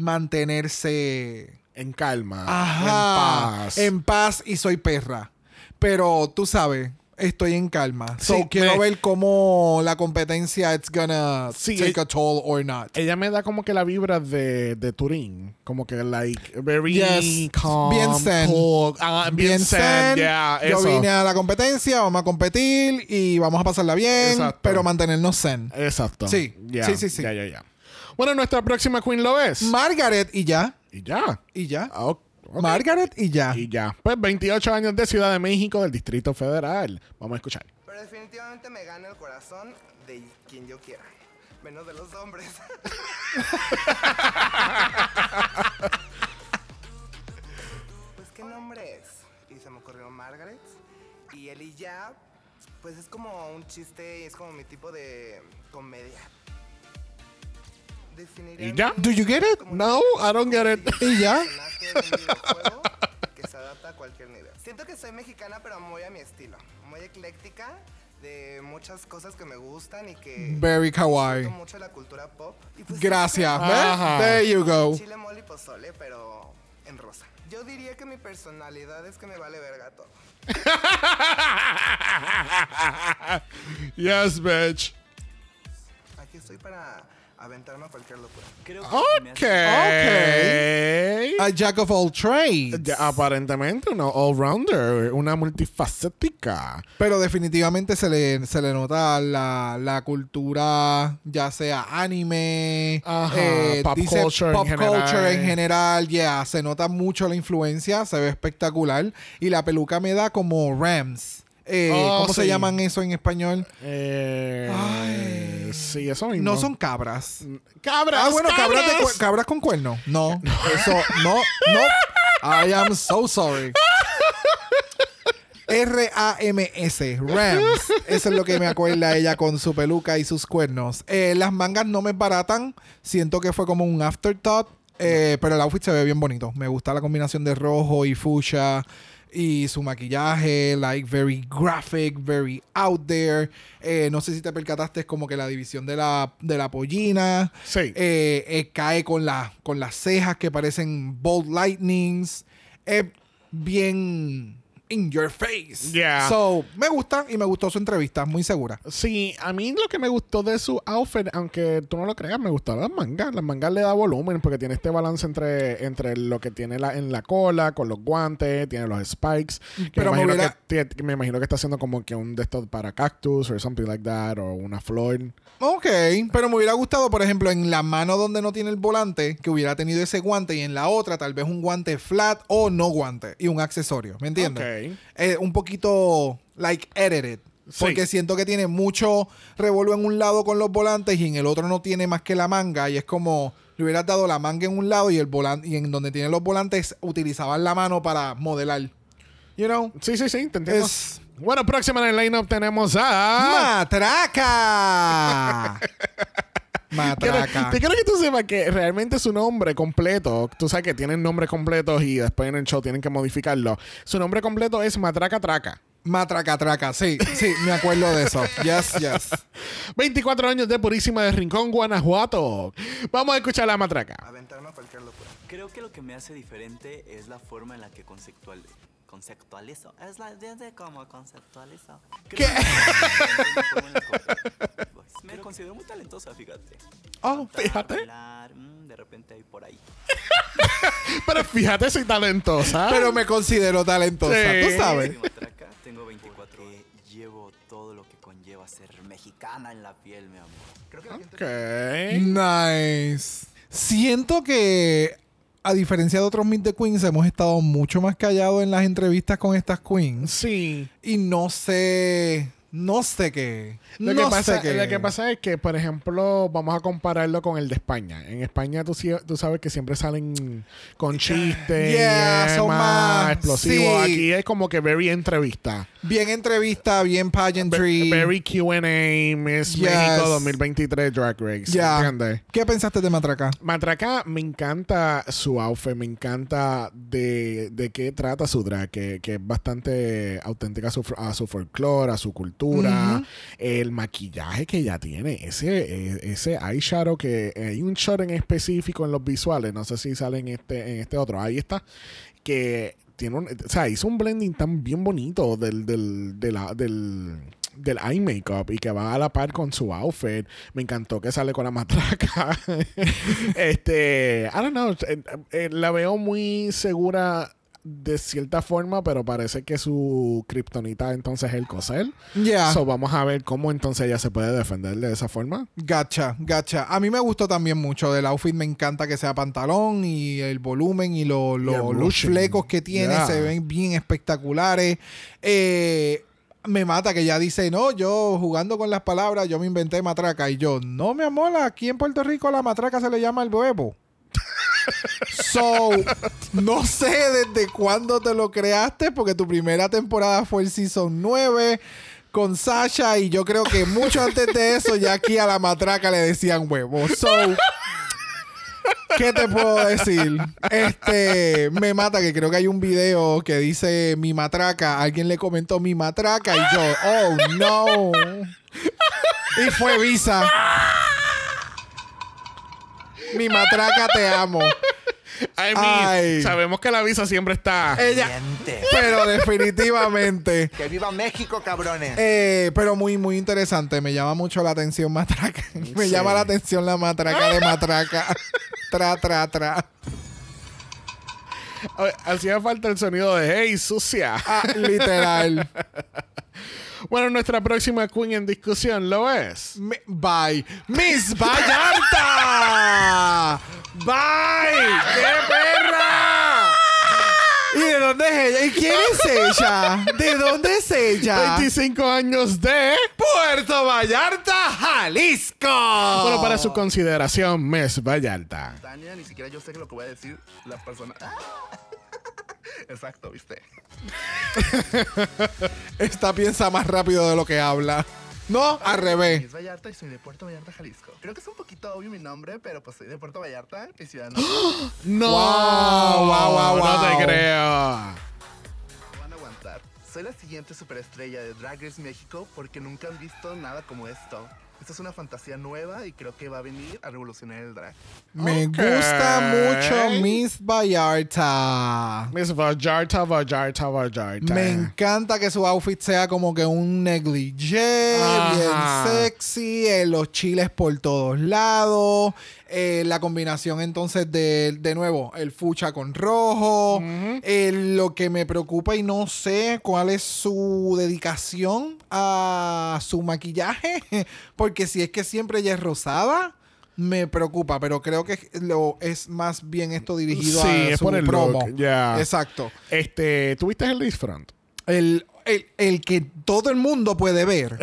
[SPEAKER 2] mantenerse
[SPEAKER 3] en calma.
[SPEAKER 2] Ajá,
[SPEAKER 3] En paz.
[SPEAKER 2] en paz y soy perra. Pero tú sabes, estoy en calma. So
[SPEAKER 3] Sí,
[SPEAKER 2] quiero
[SPEAKER 3] me-
[SPEAKER 2] ver cómo la competencia it's gonna
[SPEAKER 3] Sí,
[SPEAKER 2] take
[SPEAKER 3] eh,
[SPEAKER 2] a toll or not.
[SPEAKER 3] Ella me da como que la vibra de, de Turín. Como que, like, very
[SPEAKER 2] Yes.
[SPEAKER 3] calm.
[SPEAKER 2] Bien zen.
[SPEAKER 3] cool. Ah, bien, zen. Yeah,
[SPEAKER 2] Yo
[SPEAKER 3] eso.
[SPEAKER 2] vine a la competencia, vamos a competir y vamos a pasarla bien,
[SPEAKER 3] Exacto.
[SPEAKER 2] pero mantenernos zen.
[SPEAKER 3] Exacto.
[SPEAKER 2] Sí.
[SPEAKER 3] Ya,
[SPEAKER 2] Sí, sí, sí.
[SPEAKER 3] Ya, ya, ya. Bueno, nuestra próxima queen lo es.
[SPEAKER 2] Margaret y ya,
[SPEAKER 3] y ya.
[SPEAKER 2] y ya.
[SPEAKER 3] Ah, ok. Ok.
[SPEAKER 2] Margaret y ya.
[SPEAKER 3] Y ya. Pues 28 años de Ciudad de México del Distrito Federal. Vamos a escuchar.
[SPEAKER 6] Pero definitivamente me gana el corazón de quien yo quiera. Menos de los hombres. pues qué nombre es. Y se me ocurrió Margaret. Y él y ya, pues es como un chiste, es como mi tipo de comedia. Definiría
[SPEAKER 3] ¿Y ya?
[SPEAKER 2] Do you get it?
[SPEAKER 3] No, I don't get it.
[SPEAKER 2] Y ya.
[SPEAKER 6] personaje de un videojuego que se adapta a cualquier nivel. Siento que soy mexicana, pero muy a mi estilo. Muy ecléctica, de muchas cosas que me gustan y que
[SPEAKER 2] Very kawaii.
[SPEAKER 6] disfruto mucho la cultura pop. Y pues,
[SPEAKER 2] Gracias. ¿ves?
[SPEAKER 3] Ajá.
[SPEAKER 2] There you go.
[SPEAKER 6] Chile, mole y pozole, pero en rosa. Yo diría que mi personalidad es que me vale verga todo.
[SPEAKER 3] yes, bitch.
[SPEAKER 6] Aquí estoy para aventarme a cualquier locura.
[SPEAKER 3] Ok.
[SPEAKER 2] A jack of all trades.
[SPEAKER 3] Ya, aparentemente una all-rounder, una multifacética.
[SPEAKER 2] Pero definitivamente se le, se le nota la, la cultura, ya sea anime, eh,
[SPEAKER 3] Ajá, pop culture en
[SPEAKER 2] pop
[SPEAKER 3] general.
[SPEAKER 2] culture en general. Yeah, se nota mucho la influencia, se ve espectacular. Y la peluca me da como Rams. Eh,
[SPEAKER 3] Oh,
[SPEAKER 2] ¿Cómo se
[SPEAKER 3] sí.
[SPEAKER 2] llaman eso en español?
[SPEAKER 3] Eh,
[SPEAKER 2] Ay.
[SPEAKER 3] Sí, eso mismo.
[SPEAKER 2] No son cabras.
[SPEAKER 3] cabras.
[SPEAKER 2] Ah, bueno, cabras, de
[SPEAKER 3] cabras.
[SPEAKER 2] cu- cabras con cuerno. No, eso, no, no. I am so sorry. R-A-M-S, Rams. Eso es lo que me acuerda ella con su peluca y sus cuernos. Eh, las mangas no me baratan. Siento que fue como un afterthought. eh, pero el outfit se ve bien bonito. Me gusta la combinación de rojo y fuchsia. Y su maquillaje, like very graphic, very out there. Eh, no sé si te percataste, es como que la división de la, de la pollina.
[SPEAKER 3] Sí.
[SPEAKER 2] Eh, eh, cae con, la, con las cejas que parecen bold lightnings. Es bien in your face.
[SPEAKER 3] Yeah.
[SPEAKER 2] So, me gusta y me gustó su entrevista, muy segura.
[SPEAKER 3] Sí, a mí lo que me gustó de su outfit, aunque tú no lo creas, me gustaron las mangas. Las mangas le da volumen porque tiene este balance entre, entre lo que tiene la, en la cola, con los guantes, tiene los spikes. que
[SPEAKER 2] Pero me
[SPEAKER 3] me, imagino
[SPEAKER 2] hubiera-
[SPEAKER 3] que, ti- me imagino que está haciendo como que un de estos para cactus o something like that, o una flor.
[SPEAKER 2] Ok, pero me hubiera gustado, por ejemplo, en la mano donde no tiene el volante, que hubiera tenido ese guante y en la otra tal vez un guante flat o no guante y un accesorio, ¿me entiendes?
[SPEAKER 3] Ok.
[SPEAKER 2] Eh, un poquito like edited.
[SPEAKER 3] Sí.
[SPEAKER 2] Porque siento que tiene mucho revuelo en un lado con los volantes y en el otro no tiene más que la manga. Y es como le hubieras dado la manga en un lado y el volante y en donde tiene los volantes utilizaban la mano para modelar. You know?
[SPEAKER 3] Sí, sí, sí, te entiendo.
[SPEAKER 2] Es-
[SPEAKER 3] Bueno, próxima en el lineup tenemos a.
[SPEAKER 2] ¡Matraca!
[SPEAKER 3] Quiero-
[SPEAKER 2] Matraca.
[SPEAKER 3] Te quiero que tú sepas que realmente su nombre completo, tú sabes que tienen nombres completos y después en el show tienen que modificarlo. Su nombre completo es Matraca Traca.
[SPEAKER 2] Matraca, traca. Sí, sí, me acuerdo de eso. Yes, yes.
[SPEAKER 3] 24 años de Purísima de Rincón, Guanajuato. Vamos a escuchar la matraca.
[SPEAKER 6] Aventarme a cualquier locura.
[SPEAKER 9] Creo que lo que me hace diferente es la forma en la que conceptual, conceptualizo. Es la desde cómo conceptualizo. ¿Qué? me considero muy talentosa, fíjate.
[SPEAKER 4] Ah,
[SPEAKER 3] Oh,
[SPEAKER 9] Cantar,
[SPEAKER 3] fíjate.
[SPEAKER 9] bailar, mm, de repente ahí por ahí.
[SPEAKER 3] Pero fíjate, soy talentosa.
[SPEAKER 2] Pero me considero talentosa,
[SPEAKER 3] Sí.
[SPEAKER 2] tú sabes.
[SPEAKER 9] Soy matraca, tengo 24 horas. Llevo todo lo que conlleva ser mexicana en la piel, mi amor.
[SPEAKER 3] Ok.
[SPEAKER 2] Nice. Siento que, a diferencia de otros Meet the Queens, hemos estado mucho más callados en las entrevistas con estas queens.
[SPEAKER 3] Sí.
[SPEAKER 2] Y no sé. No sé qué.
[SPEAKER 3] Lo,
[SPEAKER 2] no
[SPEAKER 3] que
[SPEAKER 2] sé
[SPEAKER 3] pasa,
[SPEAKER 2] qué.
[SPEAKER 3] lo que pasa es que, por ejemplo, vamos a compararlo con el de España. En España tú, sí- tú sabes que siempre salen con chistes,
[SPEAKER 2] Yeah, son
[SPEAKER 3] más
[SPEAKER 2] más-
[SPEAKER 3] explosivos.
[SPEAKER 2] sí.
[SPEAKER 3] Aquí es como que very entrevista.
[SPEAKER 2] Bien entrevista, bien pageantry.
[SPEAKER 3] Very Q&A Miss
[SPEAKER 2] Yes.
[SPEAKER 3] México 2023 Drag Race.
[SPEAKER 2] Ya.
[SPEAKER 3] ¿Entiendes?
[SPEAKER 2] ¿Qué pensaste de Matraca?
[SPEAKER 3] Matraca, me encanta su outfit, me encanta de, de qué trata su drag, que, que es bastante auténtica a su, fol- a su folclore, a su cultura, el maquillaje que ella tiene, ese, eh, ese eyeshadow que hay un shot en específico en los visuales, no sé si sale en este, en este otro, ahí está, que tiene un, o sea, hizo un blending tan bien bonito del, del, de la- del, del eye makeup y que va a la par con su outfit. Me encantó que sale con la matraca. este, I don't know, eh, eh, la veo muy segura de cierta forma, pero parece que su kriptonita entonces es el coser.
[SPEAKER 2] Ya.
[SPEAKER 3] So, vamos a ver cómo entonces ella se puede defender de esa forma.
[SPEAKER 2] Gacha, gacha. A mí me gustó también mucho del outfit. Me encanta que sea pantalón y el volumen y lo- lo-
[SPEAKER 3] Y el
[SPEAKER 2] los
[SPEAKER 3] blushing.
[SPEAKER 2] flecos que tiene
[SPEAKER 3] Yeah.
[SPEAKER 2] se ven bien espectaculares. Eh, me mata que ya dice, no, yo jugando con las palabras, yo me inventé matraca. Y yo, no, mi amor, aquí en Puerto Rico la matraca se le llama el huevo. So, no sé desde cuándo te lo creaste, porque tu primera temporada fue el season 9 con Sasha, y yo creo que mucho antes de eso ya aquí a la matraca le decían huevo. So, ¿qué te puedo decir? Este, me mata que creo que hay un video que dice mi matraca, alguien le comentó mi matraca, y yo, oh no. Y fue Visa. Mi matraca te amo.
[SPEAKER 3] I
[SPEAKER 2] mean,
[SPEAKER 3] sabemos que la visa siempre está...
[SPEAKER 2] Ella,
[SPEAKER 4] Miente.
[SPEAKER 2] pero definitivamente.
[SPEAKER 4] ¡Que viva México, cabrones!
[SPEAKER 2] Eh, pero muy, muy interesante. Me llama mucho la atención matraca. Me llama la atención la matraca de matraca. tra, tra, tra.
[SPEAKER 3] Hacía falta el sonido de hey, sucia.
[SPEAKER 2] Ah, literal.
[SPEAKER 3] Bueno, nuestra próxima queen en discusión lo es.
[SPEAKER 2] Mi- bye. Miss Vallarta. Bye. ¡Qué perra! ¿Y de dónde es ella? ¿Y quién es ella? ¿De dónde es ella?
[SPEAKER 3] 25 años de.
[SPEAKER 2] Puerto Vallarta, Jalisco.
[SPEAKER 3] Bueno, para su consideración, Mes Vallarta.
[SPEAKER 6] Tania, ni siquiera yo sé lo que voy a decir la persona. ¡Ah! Exacto, ¿viste?
[SPEAKER 2] Esta piensa más rápido de lo que habla. No, al revés.
[SPEAKER 6] Es Vallarta y soy de Puerto Vallarta, Jalisco. Creo que es un poquito obvio mi nombre, pero pues soy de Puerto Vallarta, mi ciudad no
[SPEAKER 3] No,
[SPEAKER 2] Wow, Oh, wow, wow,
[SPEAKER 3] no te
[SPEAKER 2] wow.
[SPEAKER 3] creo.
[SPEAKER 6] me van a aguantar. Soy la siguiente superestrella de Drag Race México porque nunca han visto nada como esto.
[SPEAKER 10] Esta es una fantasía nueva y creo que va a venir a revolucionar el drag.
[SPEAKER 2] Me gusta mucho Miss Vallarta.
[SPEAKER 3] Miss Vallarta, Vallarta, Vallarta.
[SPEAKER 2] Me encanta que su outfit sea como que un negligé,
[SPEAKER 3] Ajá.
[SPEAKER 2] bien sexy, eh, los chiles por todos lados, eh, la combinación entonces de, de nuevo, el fucha con rojo. Eh, lo que me preocupa y no sé cuál es su dedicación a su maquillaje, porque si es que siempre ella es rosada. Me preocupa, pero creo que lo es más bien esto dirigido
[SPEAKER 3] Sí,
[SPEAKER 2] a
[SPEAKER 3] es
[SPEAKER 2] su
[SPEAKER 3] por el
[SPEAKER 2] promo.
[SPEAKER 3] look, ya.
[SPEAKER 2] Exacto.
[SPEAKER 3] Este, ¿tuviste el Leaf Front?
[SPEAKER 2] El, el- el que todo el mundo puede ver.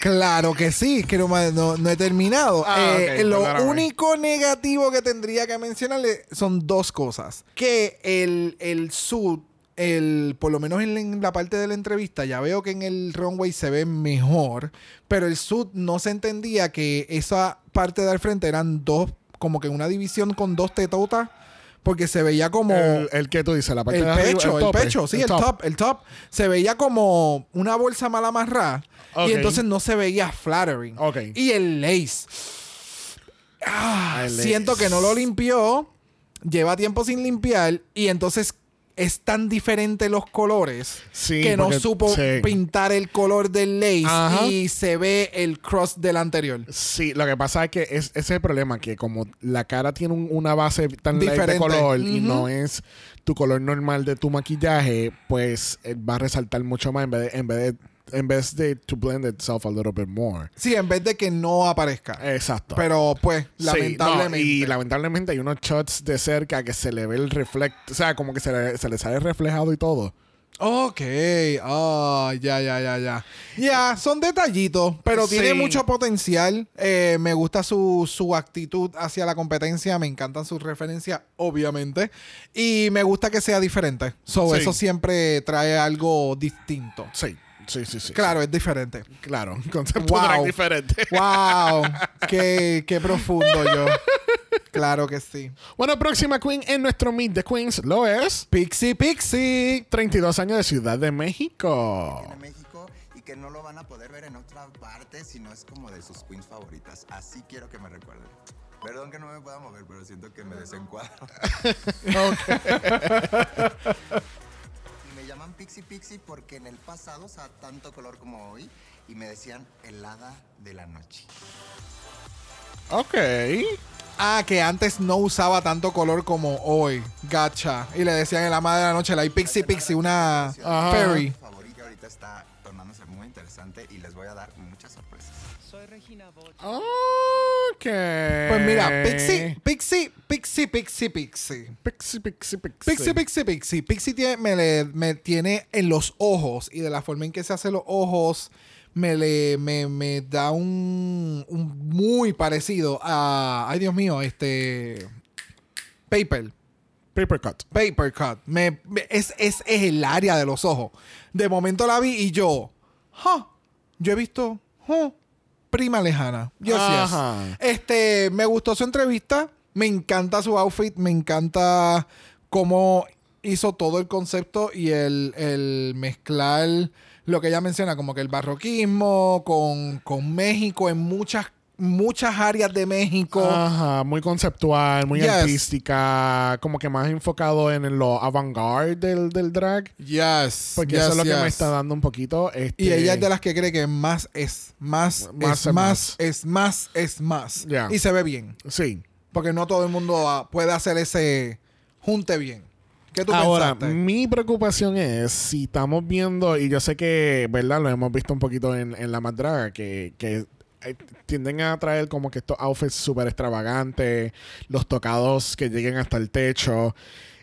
[SPEAKER 2] Claro que sí, que no, me- no- no he terminado.
[SPEAKER 10] Ah,
[SPEAKER 2] Eh,
[SPEAKER 10] ok,
[SPEAKER 2] lo
[SPEAKER 10] perdóname.
[SPEAKER 2] único negativo que tendría que mencionarle son dos cosas. Que el, el suit, el, por lo menos en, la- en la parte de la entrevista, ya veo que en el runway se ve mejor, pero el suit no se entendía que esa parte de al frente eran dos, como que una división con dos tetotas, porque se veía como
[SPEAKER 3] El, el que tú dices, la parte
[SPEAKER 2] el
[SPEAKER 3] de arriba,
[SPEAKER 2] pecho, el,
[SPEAKER 3] tope,
[SPEAKER 2] pecho, sí, el, top. el top. Se veía como una bolsa mal amarrada.
[SPEAKER 3] Ok.
[SPEAKER 2] Y entonces no se veía flattering.
[SPEAKER 3] Ok.
[SPEAKER 2] Y el lace. Ah,
[SPEAKER 3] El lace.
[SPEAKER 2] siento que no lo limpió. Lleva tiempo sin limpiar. Y entonces es tan diferente los colores
[SPEAKER 3] Sí,
[SPEAKER 2] que no
[SPEAKER 3] porque-
[SPEAKER 2] supo
[SPEAKER 3] sí.
[SPEAKER 2] pintar el color del lace.
[SPEAKER 3] Ajá.
[SPEAKER 2] Y se ve el cross del anterior.
[SPEAKER 3] Sí, lo que pasa es que es, ese es el problema, que como la cara tiene un- una base tan light
[SPEAKER 2] Diferente.
[SPEAKER 3] de color y
[SPEAKER 2] Ujú.
[SPEAKER 3] no es tu color normal de tu maquillaje, pues eh, va a resaltar mucho más en vez de, en vez de, en vez de to blend itself a little bit more.
[SPEAKER 2] Sí, en vez de que no aparezca.
[SPEAKER 3] Exacto.
[SPEAKER 2] Pero pues,
[SPEAKER 3] Eh, Sí,
[SPEAKER 2] lamentablemente.
[SPEAKER 3] no, y lamentablemente hay unos shots de cerca que se le ve el reflecto, o sea, como que se le, se le sale reflejado y todo.
[SPEAKER 2] Ok, ah, ya, ya, ya, ya. Ya, son detallitos, pero tiene
[SPEAKER 3] Sí.
[SPEAKER 2] mucho potencial. Eh, me gusta su, su actitud hacia la competencia, me encantan sus referencias, obviamente. Y me gusta que sea diferente. So,
[SPEAKER 3] Sí.
[SPEAKER 2] Eso siempre trae algo distinto.
[SPEAKER 3] Sí, sí, sí, sí.
[SPEAKER 2] Claro, es diferente.
[SPEAKER 3] Claro, un concepto
[SPEAKER 2] Wow.
[SPEAKER 3] drag diferente.
[SPEAKER 2] ¡Wow! qué, ¡Qué profundo yo! Claro que sí.
[SPEAKER 3] Bueno, próxima queen en nuestro Meet the Queens lo es...
[SPEAKER 2] Pixie Pixie.
[SPEAKER 3] 32 años de Ciudad de México.
[SPEAKER 11] en México y que no lo van a poder ver en otra parte si no es como de sus queens favoritas. Así quiero que me recuerden. Perdón que no me pueda mover, pero siento que me desencuadro. y me llaman Pixie Pixie porque en el pasado usaba tanto color como hoy y me decían helada de la noche.
[SPEAKER 3] Ok.
[SPEAKER 2] Ah, que antes no usaba tanto color como hoy. Gacha. Y le decían en la madre de la noche, la hay Pixie Pixie, una
[SPEAKER 11] Ajá.
[SPEAKER 2] fairy.
[SPEAKER 11] Favorita ahorita está tornándose muy interesante y les voy a dar muchas sorpresas.
[SPEAKER 3] Ok.
[SPEAKER 2] Pues mira,
[SPEAKER 3] Eh.
[SPEAKER 2] Pixie, Pixie, Pixie, Pixie, Pixie.
[SPEAKER 3] Pixie, Pixie, Pixie.
[SPEAKER 2] Pixie, Pixie, Pixie. Pixie tiene- me, le- me tiene en los ojos y de la forma en que se hace los ojos me, le, me, me da un, un muy parecido a... Ay, Dios mío, este... Paper.
[SPEAKER 3] Paper Cut.
[SPEAKER 2] Paper Cut. Me, me- es, es, es el área de los ojos. De momento la vi y yo, huh, yo he visto, huh, prima lejana. Yes, yes.
[SPEAKER 3] Ajá.
[SPEAKER 2] Este, me gustó su entrevista. Me encanta su outfit. Me encanta cómo hizo todo el concepto y el, el mezclar lo que ella menciona, como que el barroquismo con, con México en muchas, muchas áreas de México.
[SPEAKER 3] Ajá, muy conceptual, muy
[SPEAKER 2] Yes.
[SPEAKER 3] artística, como que más enfocado en lo avant-garde del, del drag.
[SPEAKER 2] Yes.
[SPEAKER 3] Porque
[SPEAKER 2] yes,
[SPEAKER 3] eso es lo que
[SPEAKER 2] yes.
[SPEAKER 3] me está dando un poquito. este-
[SPEAKER 2] Y ella es de las que cree que más es, más,
[SPEAKER 3] Más
[SPEAKER 2] es
[SPEAKER 3] es
[SPEAKER 2] más,
[SPEAKER 3] más.
[SPEAKER 2] es más, es más.
[SPEAKER 3] Ya.
[SPEAKER 2] Y se ve bien.
[SPEAKER 3] Sí.
[SPEAKER 2] Porque no todo el mundo ah, puede hacer ese junte bien. ¿Qué tú
[SPEAKER 3] Ahora, mm,
[SPEAKER 2] pensaste?
[SPEAKER 3] mi preocupación es si estamos viendo, y yo sé que, ¿verdad? Lo hemos visto un poquito en, en La Madraga, que, que eh, tienden a traer como que estos outfits súper extravagantes, los tocados que lleguen hasta el techo.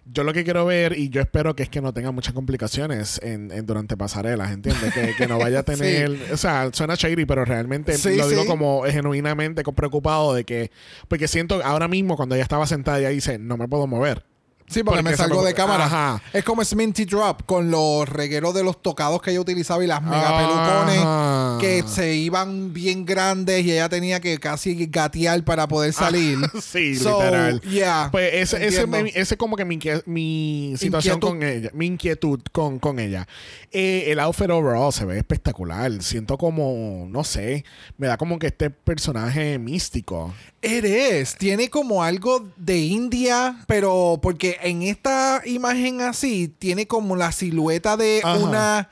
[SPEAKER 3] Yo lo que quiero ver, y yo espero que es que no tenga muchas complicaciones en, en- durante pasarelas, ¿entiendes? Que, que no vaya a tener... O sea, suena shady, pero realmente
[SPEAKER 2] Sí,
[SPEAKER 3] lo digo
[SPEAKER 2] sí.
[SPEAKER 3] como genuinamente preocupado de que... Porque siento ahora mismo cuando ella estaba sentada, ella dice, no me puedo mover
[SPEAKER 2] Sí, porque, me salgo
[SPEAKER 3] se
[SPEAKER 2] de cámara.
[SPEAKER 3] Ajá.
[SPEAKER 2] Es como Sminty Drop con los regueros de los tocados que ella utilizaba y las mega pelucones
[SPEAKER 3] Ajá.
[SPEAKER 2] que se iban bien grandes y ella tenía que casi gatear para poder salir.
[SPEAKER 3] Ah, Sí,
[SPEAKER 2] So,
[SPEAKER 3] literal.
[SPEAKER 2] Yeah,
[SPEAKER 3] Pues ese, ese,
[SPEAKER 2] entiendo.
[SPEAKER 3] mi- ese como que mi, inquie- mi situación
[SPEAKER 2] Inquietud.
[SPEAKER 3] con ella, mi inquietud con, con ella. Eh, el outfit overall se ve espectacular. Siento como, no sé, me da como que este personaje místico.
[SPEAKER 2] Eres, tiene como algo de India, pero porque en esta imagen así tiene como la silueta de
[SPEAKER 3] Ajá.
[SPEAKER 2] una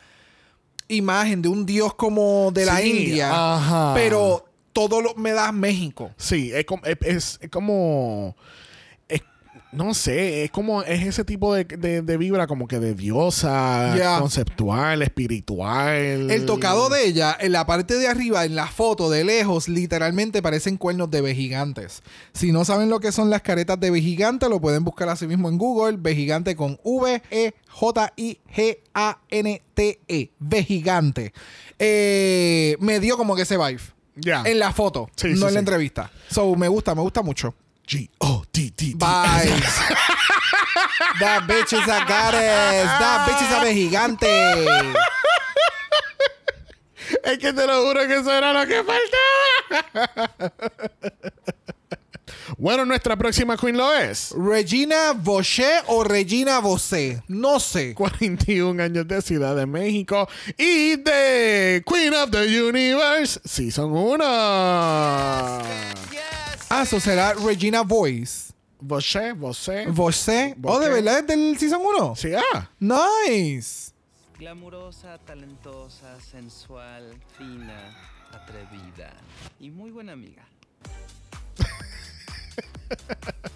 [SPEAKER 2] imagen de un dios como de la
[SPEAKER 3] Sí, Ah.
[SPEAKER 2] India,
[SPEAKER 3] ajá.
[SPEAKER 2] pero todo lo me da México.
[SPEAKER 3] Sí, es, com- es- es- es como. es- no sé, es como. Es ese tipo de, de- de vibra como que de diosa,
[SPEAKER 2] Yeah.
[SPEAKER 3] conceptual, espiritual.
[SPEAKER 2] El tocado de ella, en la parte de arriba, en la foto de lejos, literalmente parecen cuernos de vejigantes. Si no saben lo que son las caretas de vejigante, lo pueden buscar así mismo en Google. Vejigante con E V-E-J-I-G-A-N-T-E. E, Vejigante. Eh, me dio como que ese vibe.
[SPEAKER 3] Ya.
[SPEAKER 2] En la foto,
[SPEAKER 3] Sí,
[SPEAKER 2] no
[SPEAKER 3] sí,
[SPEAKER 2] en
[SPEAKER 3] sí.
[SPEAKER 2] la entrevista. So, me gusta, me gusta mucho.
[SPEAKER 3] G-O-T-T.
[SPEAKER 2] Vibes. That bitch is a goddess. That bitch is a vejigante.
[SPEAKER 3] Es que te lo juro que eso era lo que faltaba. bueno, nuestra próxima queen lo es.
[SPEAKER 2] Regina Boché o Regina Bosé. No sé.
[SPEAKER 3] 41 años de Ciudad de México y de Queen of the Universe Season 1.
[SPEAKER 2] Ah, eso será Regina Voice.
[SPEAKER 3] Vosé, vosé.
[SPEAKER 2] Bosé. Oh,
[SPEAKER 3] Bosé.
[SPEAKER 2] de verdad es del Season 1.
[SPEAKER 3] Sí, ah.
[SPEAKER 2] Nice.
[SPEAKER 12] Glamurosa, talentosa, sensual, fina, atrevida y muy buena amiga.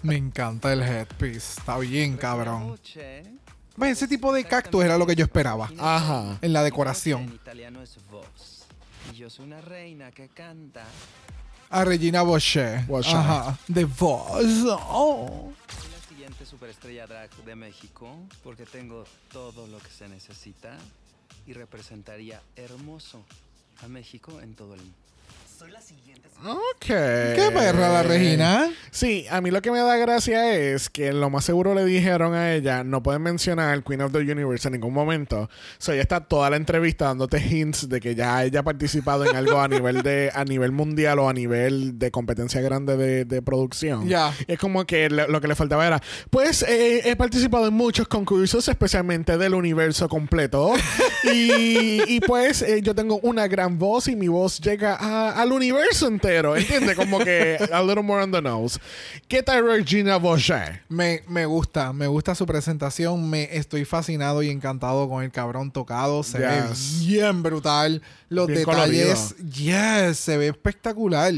[SPEAKER 2] Me encanta el headpiece. Está bien, cabrón.
[SPEAKER 12] Che,
[SPEAKER 2] Pues ese tipo de cactus era lo que yo esperaba.
[SPEAKER 3] Ajá.
[SPEAKER 2] En la
[SPEAKER 12] En
[SPEAKER 2] decoración.
[SPEAKER 12] italiano es voz. Y yo soy una reina que canta.
[SPEAKER 2] A Regina Bosé.
[SPEAKER 3] Bosé.
[SPEAKER 2] Ajá. The Voice. Oh.
[SPEAKER 12] Soy la siguiente superestrella drag de México porque tengo todo lo que se necesita y representaría hermoso a México en todo el mundo.
[SPEAKER 8] Soy la siguiente.
[SPEAKER 3] Ok.
[SPEAKER 2] Qué perra
[SPEAKER 3] Eh.
[SPEAKER 2] la Regina.
[SPEAKER 3] Sí, a mí lo que me da gracia es que lo más seguro le dijeron a ella, no pueden mencionar Queen of the Universe en ningún momento. So, ella está toda la entrevista dándote hints de que ya ella ha participado en algo a nivel de a nivel mundial o a nivel de competencia grande de, de producción.
[SPEAKER 2] Ya.
[SPEAKER 3] Y es como que le- lo que le faltaba era, pues eh, he participado en muchos concursos, especialmente del universo completo. y, y, pues eh, yo tengo una gran voz y mi voz llega a- al universo entero, ¿entiendes? Como que a little more on the nose. ¿Qué tal Regina Boschet?
[SPEAKER 2] Me, me gusta, me gusta su presentación. Me estoy fascinado y encantado con el cabrón tocado. Se
[SPEAKER 3] Yes.
[SPEAKER 2] ve bien brutal. Los
[SPEAKER 3] Bien
[SPEAKER 2] detalles, yes, se ve espectacular.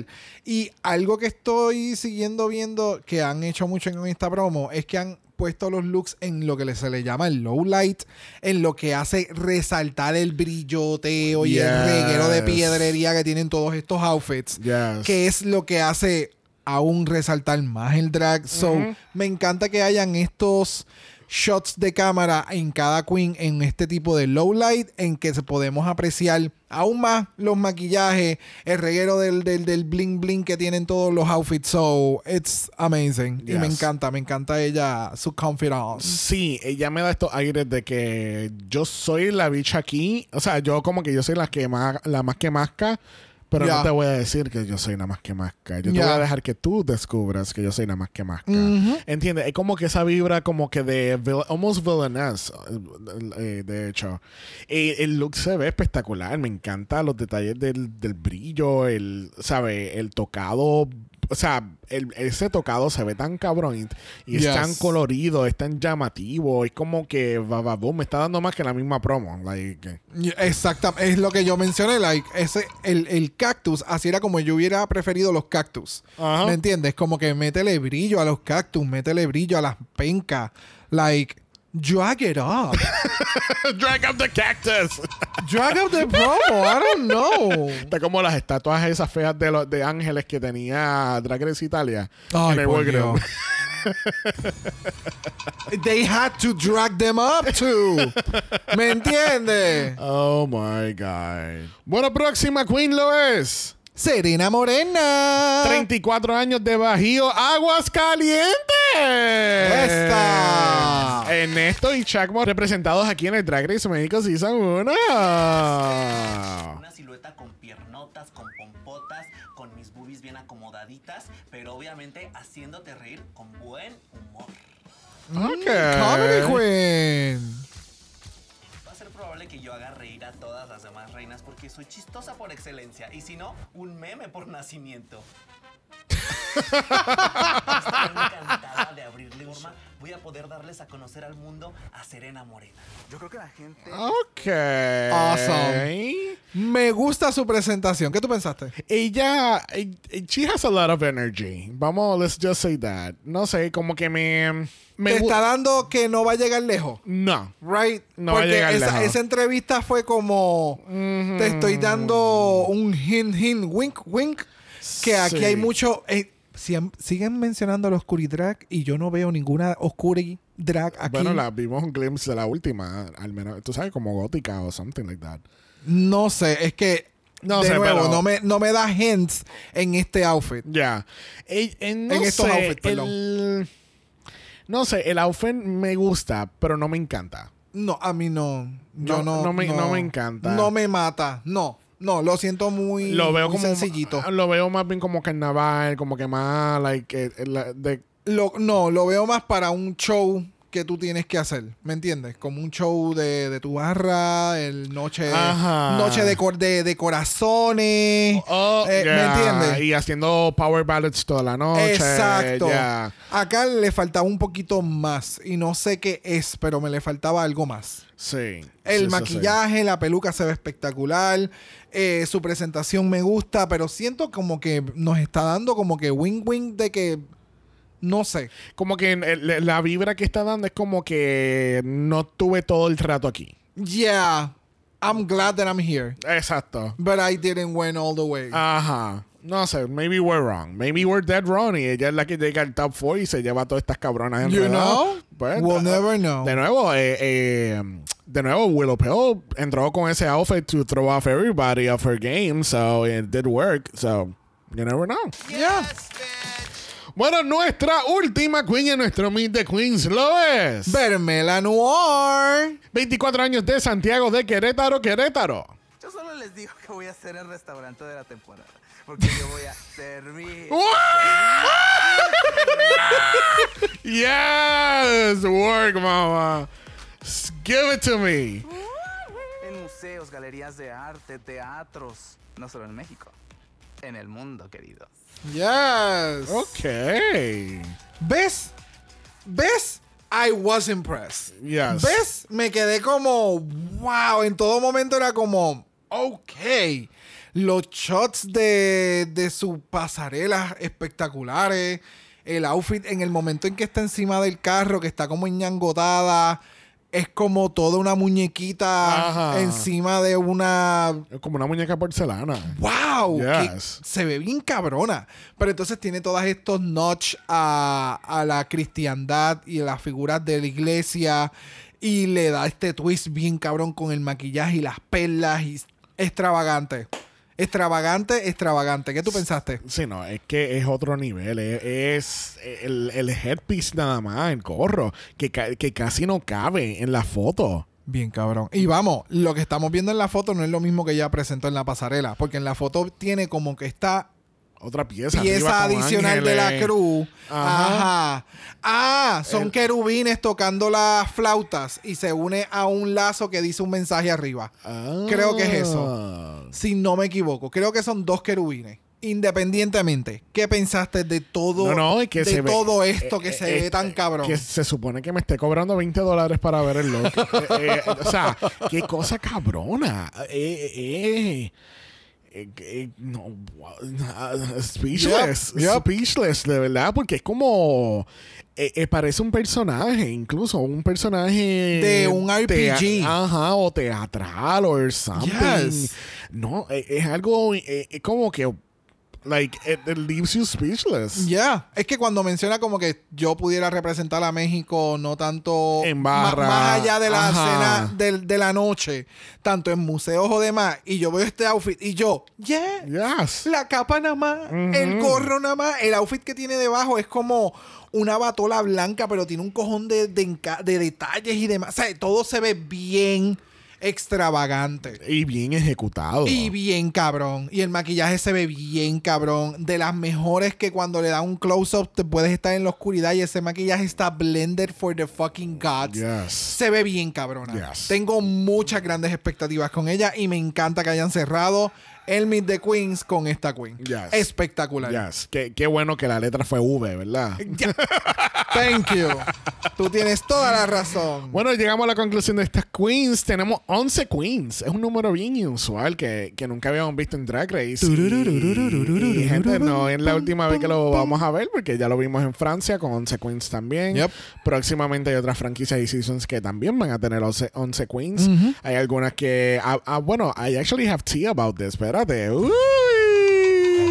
[SPEAKER 2] Y algo que estoy siguiendo viendo que han hecho mucho en esta promo es que han puesto los looks en lo que le- se le llama el low light, en lo que hace resaltar el brilloteo y el
[SPEAKER 3] Yes.
[SPEAKER 2] reguero de piedrería que tienen todos estos outfits
[SPEAKER 3] Yes.
[SPEAKER 2] que es lo que hace aún resaltar más el drag. So, me encanta que hayan estos shots de cámara en cada queen en este tipo de low light en que se- podemos apreciar aún más los maquillajes, el reguero del, del, del bling bling que tienen todos los outfits. So, it's amazing. Y me
[SPEAKER 3] Yes.
[SPEAKER 2] encanta, me encanta ella, su confidence.
[SPEAKER 3] Sí, ella me da estos aires de que yo soy la bicha aquí. O sea, yo como que yo soy la que más, la más que masca. Pero
[SPEAKER 2] Ya.
[SPEAKER 3] no te voy a decir que yo soy la más que masca. Yo
[SPEAKER 2] Ya.
[SPEAKER 3] te voy a dejar que tú descubras que yo soy la más que masca.
[SPEAKER 2] Ujú.
[SPEAKER 3] ¿Entiendes? Es como que esa vibra como que de vil- almost villainous, eh, de hecho. Eh, el look se ve espectacular. Me encanta los detalles del, del brillo, el, ¿sabe? El tocado. O sea, el- ese tocado se ve tan cabrón y, y
[SPEAKER 2] Yes.
[SPEAKER 3] es tan colorido, es tan llamativo. Es como que va, va, boom, me está dando más que la misma promo. Like,
[SPEAKER 2] Yeah, Exactamente, es lo que yo mencioné, like, ese, el, el cactus, así era como yo hubiera preferido los cactus.
[SPEAKER 3] Ajá.
[SPEAKER 2] ¿Me entiendes? Como que métele brillo a los cactus, métele brillo a las pencas. Like, drag it up.
[SPEAKER 3] Drag up the cactus.
[SPEAKER 2] drag up the promo, I don't know.
[SPEAKER 3] Está como las estatuas esas feas de los de ángeles que tenía Drag Race Italia.
[SPEAKER 2] Ay,
[SPEAKER 3] en el
[SPEAKER 2] por
[SPEAKER 3] Walgreens.
[SPEAKER 2] Dios. They had to drag them up too. ¿Me entiendes?
[SPEAKER 3] Oh my God. Bueno, próxima Queen lo es.
[SPEAKER 2] Serena Morena.
[SPEAKER 3] 34 años de Bajío, Aguas Calientes. ¡Esta! Ernesto y Chacmo representados aquí en el Drag Race México Season 1.
[SPEAKER 13] Una silueta con piernotas, con pompotas, con mis boobies bien acomodaditas, pero obviamente haciéndote reír con buen humor.
[SPEAKER 3] Ok.
[SPEAKER 2] Mm, Comedy Queen.
[SPEAKER 13] Va a ser probable que yo haga reír a todas las demás reinas porque soy chistosa por excelencia y si no, un meme por nacimiento. Estoy encantada de abrirle un forma. Voy a poder darles a conocer al mundo a Serena Morena. Yo creo que la gente.
[SPEAKER 3] Ok.
[SPEAKER 2] Awesome. Me gusta su presentación. ¿Qué tú pensaste?
[SPEAKER 3] Ella, eh, eh, she has a lot of energy. Vamos, let's just say that. No sé, como que me... me
[SPEAKER 2] Te
[SPEAKER 3] gu-
[SPEAKER 2] está dando que no va a llegar lejos.
[SPEAKER 3] No.
[SPEAKER 2] Right?
[SPEAKER 3] No va a
[SPEAKER 2] Porque
[SPEAKER 3] llegar
[SPEAKER 2] esa,
[SPEAKER 3] lejos.
[SPEAKER 2] esa entrevista fue como te estoy dando un hint, hint, wink, wink. Que aquí
[SPEAKER 3] Sí.
[SPEAKER 2] hay mucho. eh, si han- siguen mencionando a los drag y yo no veo ninguna oscuri drag aquí.
[SPEAKER 3] Bueno, la, vimos un glimpse de la última, al menos, tú sabes, como gótica o something like that.
[SPEAKER 2] No sé, es que
[SPEAKER 3] No
[SPEAKER 2] de
[SPEAKER 3] sé,
[SPEAKER 2] nuevo,
[SPEAKER 3] pero-
[SPEAKER 2] no, me, no me da hints en este outfit.
[SPEAKER 3] Ya. Eh, eh, no
[SPEAKER 2] En estos
[SPEAKER 3] sé,
[SPEAKER 2] outfits, perdón.
[SPEAKER 3] el- no sé, el outfit me gusta, pero no me encanta.
[SPEAKER 2] No, a mí no. Yo
[SPEAKER 3] No,
[SPEAKER 2] no.
[SPEAKER 3] no me- no me encanta.
[SPEAKER 2] No me mata. No. No, lo siento muy,
[SPEAKER 3] Lo veo
[SPEAKER 2] muy
[SPEAKER 3] como
[SPEAKER 2] sencillito.
[SPEAKER 3] Lo veo más bien como carnaval, como que más like eh, eh, la- de
[SPEAKER 2] Lo- no, lo veo más para un show que tú tienes que hacer, ¿me entiendes? Como un show de, de tu barra, el noche,
[SPEAKER 3] Ajá. Oh,
[SPEAKER 2] noche de, cor- de, de corazones, eh, ¿me
[SPEAKER 3] Yeah,
[SPEAKER 2] entiendes?
[SPEAKER 3] Y haciendo power ballads toda la noche.
[SPEAKER 2] Exacto.
[SPEAKER 3] yeah.
[SPEAKER 2] Acá le faltaba un poquito más y no sé qué es, pero me le faltaba algo más.
[SPEAKER 3] Sí.
[SPEAKER 2] El
[SPEAKER 3] sí, sí,
[SPEAKER 2] maquillaje, la peluca se ve espectacular. eh, su presentación me gusta, pero siento como que nos está dando como que wing-wing de que. No sé.
[SPEAKER 3] sí. Como que eh, le- la vibra que está dando es como que no tuve todo el rato aquí.
[SPEAKER 2] Yeah, I'm glad that I'm here,
[SPEAKER 3] Exacto.
[SPEAKER 2] but I didn't win all the way.
[SPEAKER 3] Ah, Ajá. No sé, maybe we're wrong. Maybe we're dead wrong. Y ella es la que llega al top 4 y se lleva a todas estas cabronas en
[SPEAKER 2] you know?
[SPEAKER 3] Pues,
[SPEAKER 2] we'll
[SPEAKER 3] ah,
[SPEAKER 2] never know.
[SPEAKER 3] De nuevo, eh, eh, de nuevo, Willow Pill entró con ese outfit to throw off everybody of her game, so it did work. So, you never know.
[SPEAKER 2] Yeah.
[SPEAKER 3] Bueno, nuestra última queen en nuestro Meet the Queens lo es.
[SPEAKER 2] Vermela Noir.
[SPEAKER 3] 24 años de Santiago de Querétaro, Querétaro.
[SPEAKER 6] Yo solo les digo que voy a ser el restaurante de la temporada. Porque yo voy a servir.
[SPEAKER 3] Yes, work, mama. S- Give it to me.
[SPEAKER 6] En museos, galerías de arte, teatros. No solo en México. En el mundo, querido.
[SPEAKER 2] Yes.
[SPEAKER 3] Okay.
[SPEAKER 2] ¿Ves? ¿Ves? I was impressed.
[SPEAKER 3] Yes.
[SPEAKER 2] ¿Ves? Me quedé como, wow, en todo momento era como, ok. Los shots de, de sus pasarelas espectaculares, el outfit en el momento en que está encima del carro, que está como ñangotada, es como toda una muñequita
[SPEAKER 3] Ajá.
[SPEAKER 2] encima de una
[SPEAKER 3] Es Como una muñeca porcelana.
[SPEAKER 2] ¡Wow! que
[SPEAKER 3] Yes.
[SPEAKER 2] se ve bien cabrona. Pero entonces tiene todos estos notch a, a la cristiandad y a las figuras de la iglesia. Y le da este twist bien cabrón con el maquillaje y las perlas. Y extravagante. Extravagante, extravagante. ¿Qué tú pensaste?
[SPEAKER 3] Sí, no, es que es otro nivel. Es, es el, el headpiece nada más, el gorro, que, ca- que casi no cabe en la foto.
[SPEAKER 2] Bien cabrón. Y vamos, lo que estamos viendo en la foto no es lo mismo que ella presentó en la pasarela. Porque en la foto tiene como que está
[SPEAKER 3] Otra pieza.
[SPEAKER 2] pieza
[SPEAKER 3] arriba con
[SPEAKER 2] adicional de la
[SPEAKER 3] ángeles.
[SPEAKER 2] cruz.
[SPEAKER 3] Ajá.
[SPEAKER 2] Ajá. Ah, son
[SPEAKER 3] El-
[SPEAKER 2] querubines tocando las flautas y se une a un lazo que dice un mensaje arriba. Creo que es
[SPEAKER 3] Ah.
[SPEAKER 2] eso. Si no me equivoco, creo que son dos querubines. Independientemente, ¿qué pensaste de todo,
[SPEAKER 3] No, no, es que
[SPEAKER 2] de
[SPEAKER 3] se ve-
[SPEAKER 2] todo esto que
[SPEAKER 3] eh,
[SPEAKER 2] se
[SPEAKER 3] eh,
[SPEAKER 2] ve tan cabrón?
[SPEAKER 3] Que se supone que me esté cobrando 20 dólares para ver el look. Eh, eh, o sea, qué cosa cabrona. Eh, eh, eh, eh, eh, no, wow, ah, speechless,
[SPEAKER 2] Yep, yep.
[SPEAKER 3] speechless, de verdad, porque es como eh, eh, parece un personaje, incluso un personaje
[SPEAKER 2] De un
[SPEAKER 3] tea-
[SPEAKER 2] RPG.
[SPEAKER 3] ajá, o teatral o something.
[SPEAKER 2] Yes.
[SPEAKER 3] No, eh, es algo eh, eh, como que Like, it, it leaves you speechless.
[SPEAKER 2] Yeah. Es que cuando menciona como que yo pudiera representar a México, no tanto
[SPEAKER 3] En barra.
[SPEAKER 2] más allá de la
[SPEAKER 3] Ajá.
[SPEAKER 2] cena del- de, la noche, tanto en museos o demás, y yo veo este outfit y yo, yeah,
[SPEAKER 3] Yes.
[SPEAKER 2] la capa nada más, el gorro nada más, el outfit que tiene debajo es como una batola blanca, pero tiene un cojón de, de enca- de detalles y demás. O sea, todo se ve bien extravagante.
[SPEAKER 3] Y bien ejecutado.
[SPEAKER 2] Y bien cabrón. Y el maquillaje se ve bien cabrón. De las mejores que cuando le da un close-up te puedes estar en la oscuridad y ese maquillaje está blended for the fucking gods.
[SPEAKER 3] Yes.
[SPEAKER 2] Se ve bien cabrona.
[SPEAKER 3] Yes.
[SPEAKER 2] Tengo muchas grandes expectativas con ella y me encanta que hayan cerrado el Meet the Queens con esta queen.
[SPEAKER 3] Yes.
[SPEAKER 2] Espectacular.
[SPEAKER 3] Yes. Qué, qué bueno que la letra fue V, ¿verdad?
[SPEAKER 2] Thank you. Tú tienes toda la razón.
[SPEAKER 3] Bueno, llegamos a la conclusión de estas queens. Tenemos 11 queens. Es un número bien inusual que, que nunca habíamos visto en Drag Race. Y, y, gente, no es la última vez que lo vamos a ver porque ya lo vimos en Francia con 11 queens también.
[SPEAKER 2] Yep.
[SPEAKER 3] Próximamente hay otras franquicias y seasons que también van a tener 11, 11 queens. Hay algunas que... ah, ah, bueno, I actually have tea about this. Espérate. Uh, Uy.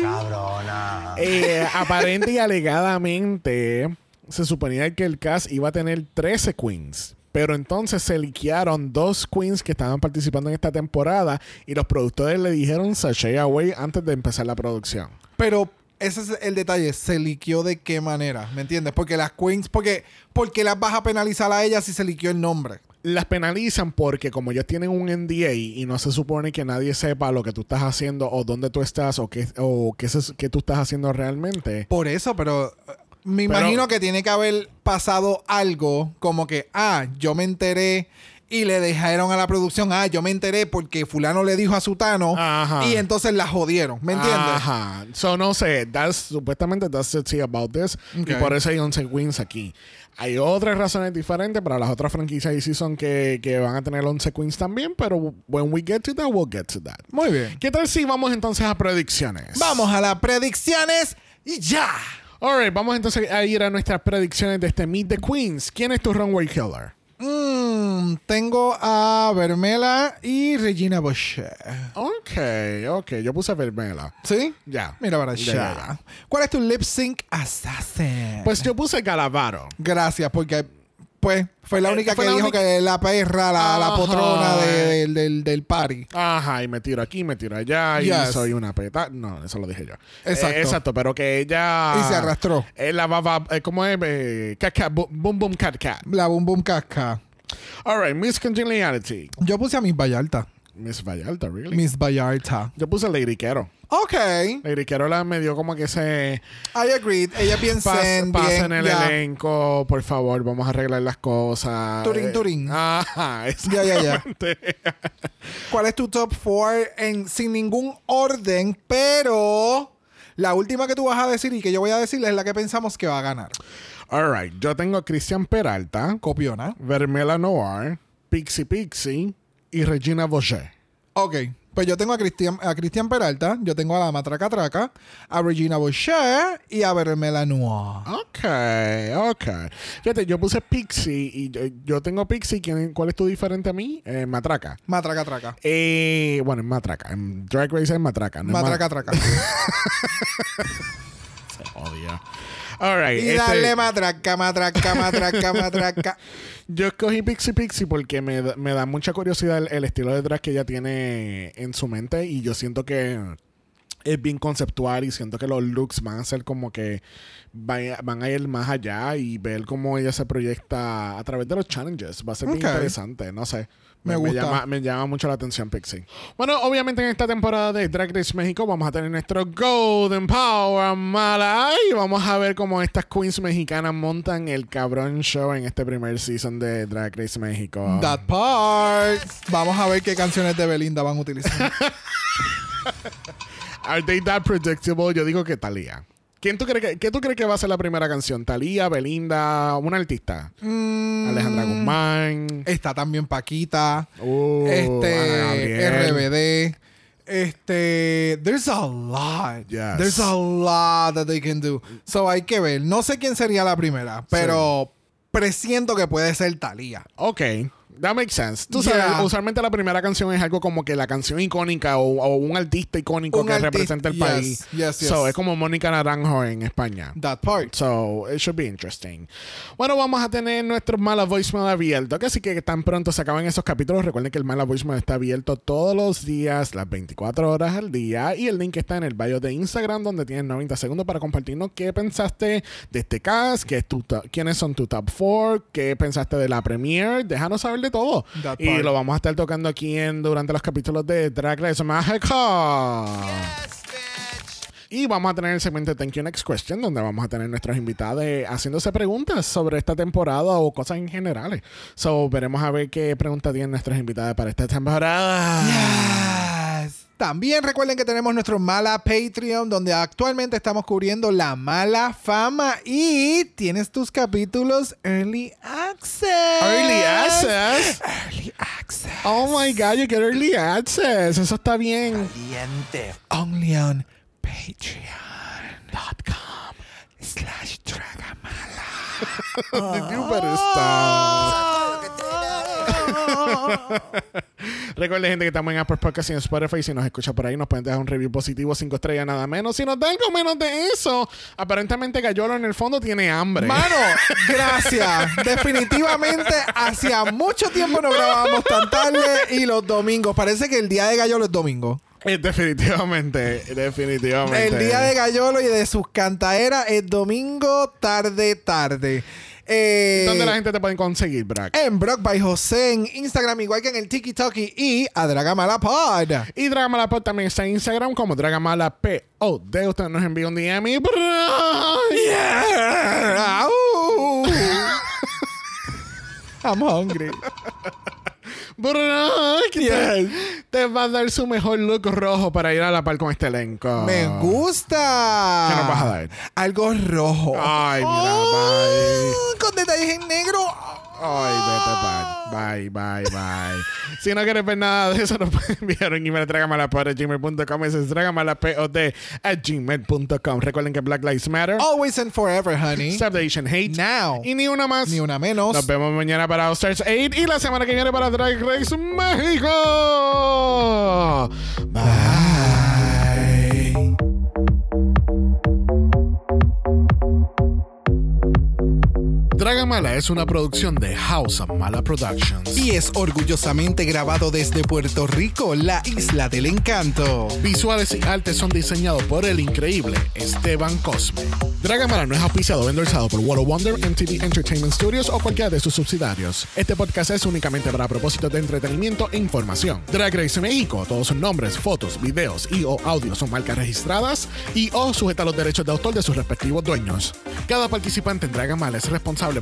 [SPEAKER 11] Cabrona.
[SPEAKER 3] Eh, aparente y alegadamente se suponía que el cast iba a tener 13 queens. Pero entonces se liquearon dos queens que estaban participando en esta temporada y los productores le dijeron sashay away antes de empezar la producción.
[SPEAKER 2] Pero ese es el detalle, se liqueó de qué manera, ¿me entiendes? Porque las queens, porque, porque las vas a penalizar a ellas si se liqueó el nombre.
[SPEAKER 3] Las penalizan porque como ellos tienen un NDA y no se supone que nadie sepa lo que tú estás haciendo o dónde tú estás o qué, o qué, se- qué tú estás haciendo realmente.
[SPEAKER 2] Por eso, pero eh, me
[SPEAKER 3] Pero-
[SPEAKER 2] imagino que tiene que haber pasado algo como que, ah, yo me enteré y le dejaron a la producción, ah, yo me enteré porque fulano le dijo a Sutano
[SPEAKER 3] Ajá.
[SPEAKER 2] y entonces la jodieron, ¿me entiendes?
[SPEAKER 3] Ajá. So, no sé. That's, supuestamente, that's the tea about this.
[SPEAKER 2] Ok.
[SPEAKER 3] Y por eso hay 11 queens aquí. Hay otras razones diferentes para las otras franquicias y season que, que van a tener 11 queens también, pero when we get to that, we'll get to that.
[SPEAKER 2] Muy bien.
[SPEAKER 3] ¿Qué tal si vamos entonces a predicciones?
[SPEAKER 2] Vamos a las predicciones y ya.
[SPEAKER 3] Alright, vamos entonces a ir a nuestras predicciones de este Meet the Queens. ¿Quién es tu runway killer?
[SPEAKER 2] Mm, tengo a Vermela y Regina Boucher.
[SPEAKER 3] Ok, ok. Yo puse Vermela.
[SPEAKER 2] ¿Sí?
[SPEAKER 3] Ya.
[SPEAKER 2] Mira para allá.
[SPEAKER 3] Ya, ya, ya.
[SPEAKER 2] ¿Cuál es tu lip sync assassin?
[SPEAKER 3] Pues yo puse Galavaro.
[SPEAKER 2] gracias, porque pues fue la
[SPEAKER 3] Eh,
[SPEAKER 2] única
[SPEAKER 3] fue
[SPEAKER 2] que
[SPEAKER 3] la
[SPEAKER 2] dijo
[SPEAKER 3] única-
[SPEAKER 2] que la perra, la, la
[SPEAKER 3] Ajá.
[SPEAKER 2] potrona de- del, del, del party.
[SPEAKER 3] Ajá, y me tiro aquí, me tiro allá,
[SPEAKER 2] Yes.
[SPEAKER 3] y soy una peta. No, eso lo dije yo.
[SPEAKER 2] Exacto.
[SPEAKER 3] Eh, exacto, pero que ella.
[SPEAKER 2] Y se arrastró.
[SPEAKER 3] Eh, la baba. eh, ¿Cómo es? Eh, cat, cat, bu- boom, boom, cat, cat.
[SPEAKER 2] La boom boom casca.
[SPEAKER 3] All right, Miss Congeniality.
[SPEAKER 2] Yo puse a Miss Vallarta.
[SPEAKER 3] Miss Vallarta, really?
[SPEAKER 2] Miss Vallarta.
[SPEAKER 3] Yo puse Lady Quero.
[SPEAKER 2] Ok. I
[SPEAKER 3] Lady Quero la me dio como que se.
[SPEAKER 2] agreed. Ella piensa
[SPEAKER 3] Pas-
[SPEAKER 2] en
[SPEAKER 3] pasa
[SPEAKER 2] bien,
[SPEAKER 3] en el
[SPEAKER 2] ya.
[SPEAKER 3] elenco, por favor, vamos a arreglar las cosas.
[SPEAKER 2] Turín,
[SPEAKER 3] Eh,
[SPEAKER 2] turín.
[SPEAKER 3] Ajá,
[SPEAKER 2] Ya, ya, ya.
[SPEAKER 3] exactamente.
[SPEAKER 2] ¿Cuál es tu top four en, sin ningún orden? Pero la última que tú vas a decir y que yo voy a decir es la que pensamos que va a ganar.
[SPEAKER 3] All right, yo tengo a Cristian Peralta,
[SPEAKER 2] Copiona.
[SPEAKER 3] Vermela Noir, Pixie Pixie y Regina Boucher.
[SPEAKER 2] Ok, pues yo tengo a Cristian a Cristian Peralta, yo tengo a la Matraca Traca, a Regina Boucher y a Vermela Noir.
[SPEAKER 3] Ok, ok. Fíjate, yo puse Pixie y yo, yo tengo Pixie. ¿Quién- ¿Cuál es tu diferente a mí? Eh, matraca.
[SPEAKER 2] Matraca Traca.
[SPEAKER 3] Eh, bueno, es Matraca. En Drag Race es Matraca. No es
[SPEAKER 2] Matraca
[SPEAKER 3] ma-
[SPEAKER 2] Traca.
[SPEAKER 3] Odio. All right,
[SPEAKER 2] Y
[SPEAKER 3] este,
[SPEAKER 2] dale matraca, matraca, matraca, matraca.
[SPEAKER 3] yo escogí Pixie Pixie porque me, da- me da mucha curiosidad el, el estilo de drag que ella tiene en su mente y yo siento que es bien conceptual y siento que los looks van a ser como que vaya- van a ir más allá y ver cómo ella se proyecta a través de los challenges. Va a ser
[SPEAKER 2] Ok.
[SPEAKER 3] bien interesante, no sé.
[SPEAKER 2] Me gusta.
[SPEAKER 3] llama, me llama mucho la atención Pixie. Bueno, obviamente en esta temporada de Drag Race México vamos a tener nuestro Golden Power Mala y vamos a ver cómo estas queens mexicanas montan el cabrón show en este primer season de Drag Race México.
[SPEAKER 2] That part. Vamos a ver qué canciones de Belinda van a utilizar.
[SPEAKER 3] Are they that predictable? Yo digo que Talía. ¿Quién tú crees que, qué tú crees que va a ser la primera canción? ¿Talía, Belinda, una artista? Alejandra Guzmán.
[SPEAKER 2] Está también Paquita.
[SPEAKER 3] Uh, Ana
[SPEAKER 2] este
[SPEAKER 3] Gabriel.
[SPEAKER 2] RBD. Este, there's a lot.
[SPEAKER 3] Yes.
[SPEAKER 2] There's a lot that they can do. So hay que ver. No sé quién sería la primera, pero presiento que puede ser Thalía.
[SPEAKER 3] Ok. That makes sense. Tú sabes,
[SPEAKER 2] Yeah.
[SPEAKER 3] usualmente la primera canción es algo como que la canción icónica o, o un artista icónico
[SPEAKER 2] Un
[SPEAKER 3] que
[SPEAKER 2] arti-
[SPEAKER 3] representa el
[SPEAKER 2] yes,
[SPEAKER 3] país.
[SPEAKER 2] yes, yes.
[SPEAKER 3] So, es como Mónica Naranjo en España.
[SPEAKER 2] That part.
[SPEAKER 3] So, it should be interesting. Bueno, vamos a tener nuestros Mala Voicemail abiertos. que Así que tan pronto se acaban esos capítulos. Recuerden que el Mala Voicemail está abierto todos los días, las 24 horas al día. Y el link está en el bio de Instagram, donde tienes 90 segundos para compartirnos qué pensaste de este cast, qué es tu to- quiénes son tu top 4, qué pensaste de la premiere. Déjanos saber de todo.
[SPEAKER 2] That
[SPEAKER 3] y
[SPEAKER 2] part.
[SPEAKER 3] lo vamos a estar tocando aquí en, durante los capítulos de Drag Race Mágico. Y vamos a tener el segmento de Thank You Next Question, donde vamos a tener nuestros invitados eh, haciéndose preguntas sobre esta temporada o cosas en generales. So, veremos a ver qué preguntas tienen nuestros invitados para esta temporada.
[SPEAKER 2] También recuerden que tenemos nuestro Mala Patreon, donde actualmente estamos cubriendo la mala fama y tienes tus capítulos Early Access.
[SPEAKER 3] Early access.
[SPEAKER 2] Early Access.
[SPEAKER 3] Oh my god, you get early access. Eso está bien.
[SPEAKER 13] Diente.
[SPEAKER 2] Only on patreon.com slash dragamala.
[SPEAKER 3] You better stop. Recuerden, gente, que estamos en Apple Podcast y en Spotify. Si nos escucha por ahí, nos pueden dejar un review positivo, 5 estrellas, nada menos. Si nos dan con menos de eso, aparentemente Gallolo en el fondo tiene hambre.
[SPEAKER 2] Mano, gracias. Definitivamente, hacía mucho tiempo no grabábamos tan tarde y los domingos. Parece que el día de Gallolo es domingo.
[SPEAKER 3] Eh, Definitivamente, definitivamente.
[SPEAKER 2] El día de Gallolo y de sus cantaderas es domingo tarde, tarde. Eh,
[SPEAKER 3] ¿Dónde la gente te puede conseguir, Brack?
[SPEAKER 2] En Brock by José, en Instagram, igual que en el Tiki Toki y a Dragamala Pod.
[SPEAKER 3] Y Dragamala Pod también está en Instagram como Dragamala POD. Usted nos envía un DM y... Brack.
[SPEAKER 2] Yeah. Au. I'm hungry.
[SPEAKER 3] Brack, te-
[SPEAKER 2] Yes.
[SPEAKER 3] te va a dar su mejor look rojo para ir a la par con este elenco.
[SPEAKER 2] Me gusta.
[SPEAKER 3] ¿Qué nos vas a dar?
[SPEAKER 2] Algo rojo.
[SPEAKER 3] Ay, mira, bye.
[SPEAKER 2] Oh, con detalles en negro.
[SPEAKER 3] Ay, vete, bye. Bye, bye, bye. si no quieres ver nada de eso, nos pueden enviar un email a tragamalapod.gmail.com. Ese es tragamalapod a gmail.com. Recuerden que Black Lives Matter.
[SPEAKER 2] Always and forever, honey.
[SPEAKER 3] Stop the Asian Hate.
[SPEAKER 2] Oh, Now.
[SPEAKER 3] Y ni una más.
[SPEAKER 2] Ni una menos.
[SPEAKER 3] Nos vemos mañana para All Stars 8 y la semana que viene para Drag Race México. Bye. Dragamala es una producción de House of Mala Productions.
[SPEAKER 2] Y es orgullosamente grabado desde Puerto Rico, la isla del encanto.
[SPEAKER 3] Visuales y artes son diseñados por el increíble Esteban Cosme. Dragamala no es auspiciado o endorsado por World of Wonder, MTV Entertainment Studios o cualquiera de sus subsidiarios. Este podcast es únicamente para propósitos de entretenimiento e información. Drag Race México, todos sus nombres, fotos, videos y o audios son marcas registradas y o sujeta a los derechos de autor de sus respectivos dueños. Cada participante en Dragamala es responsable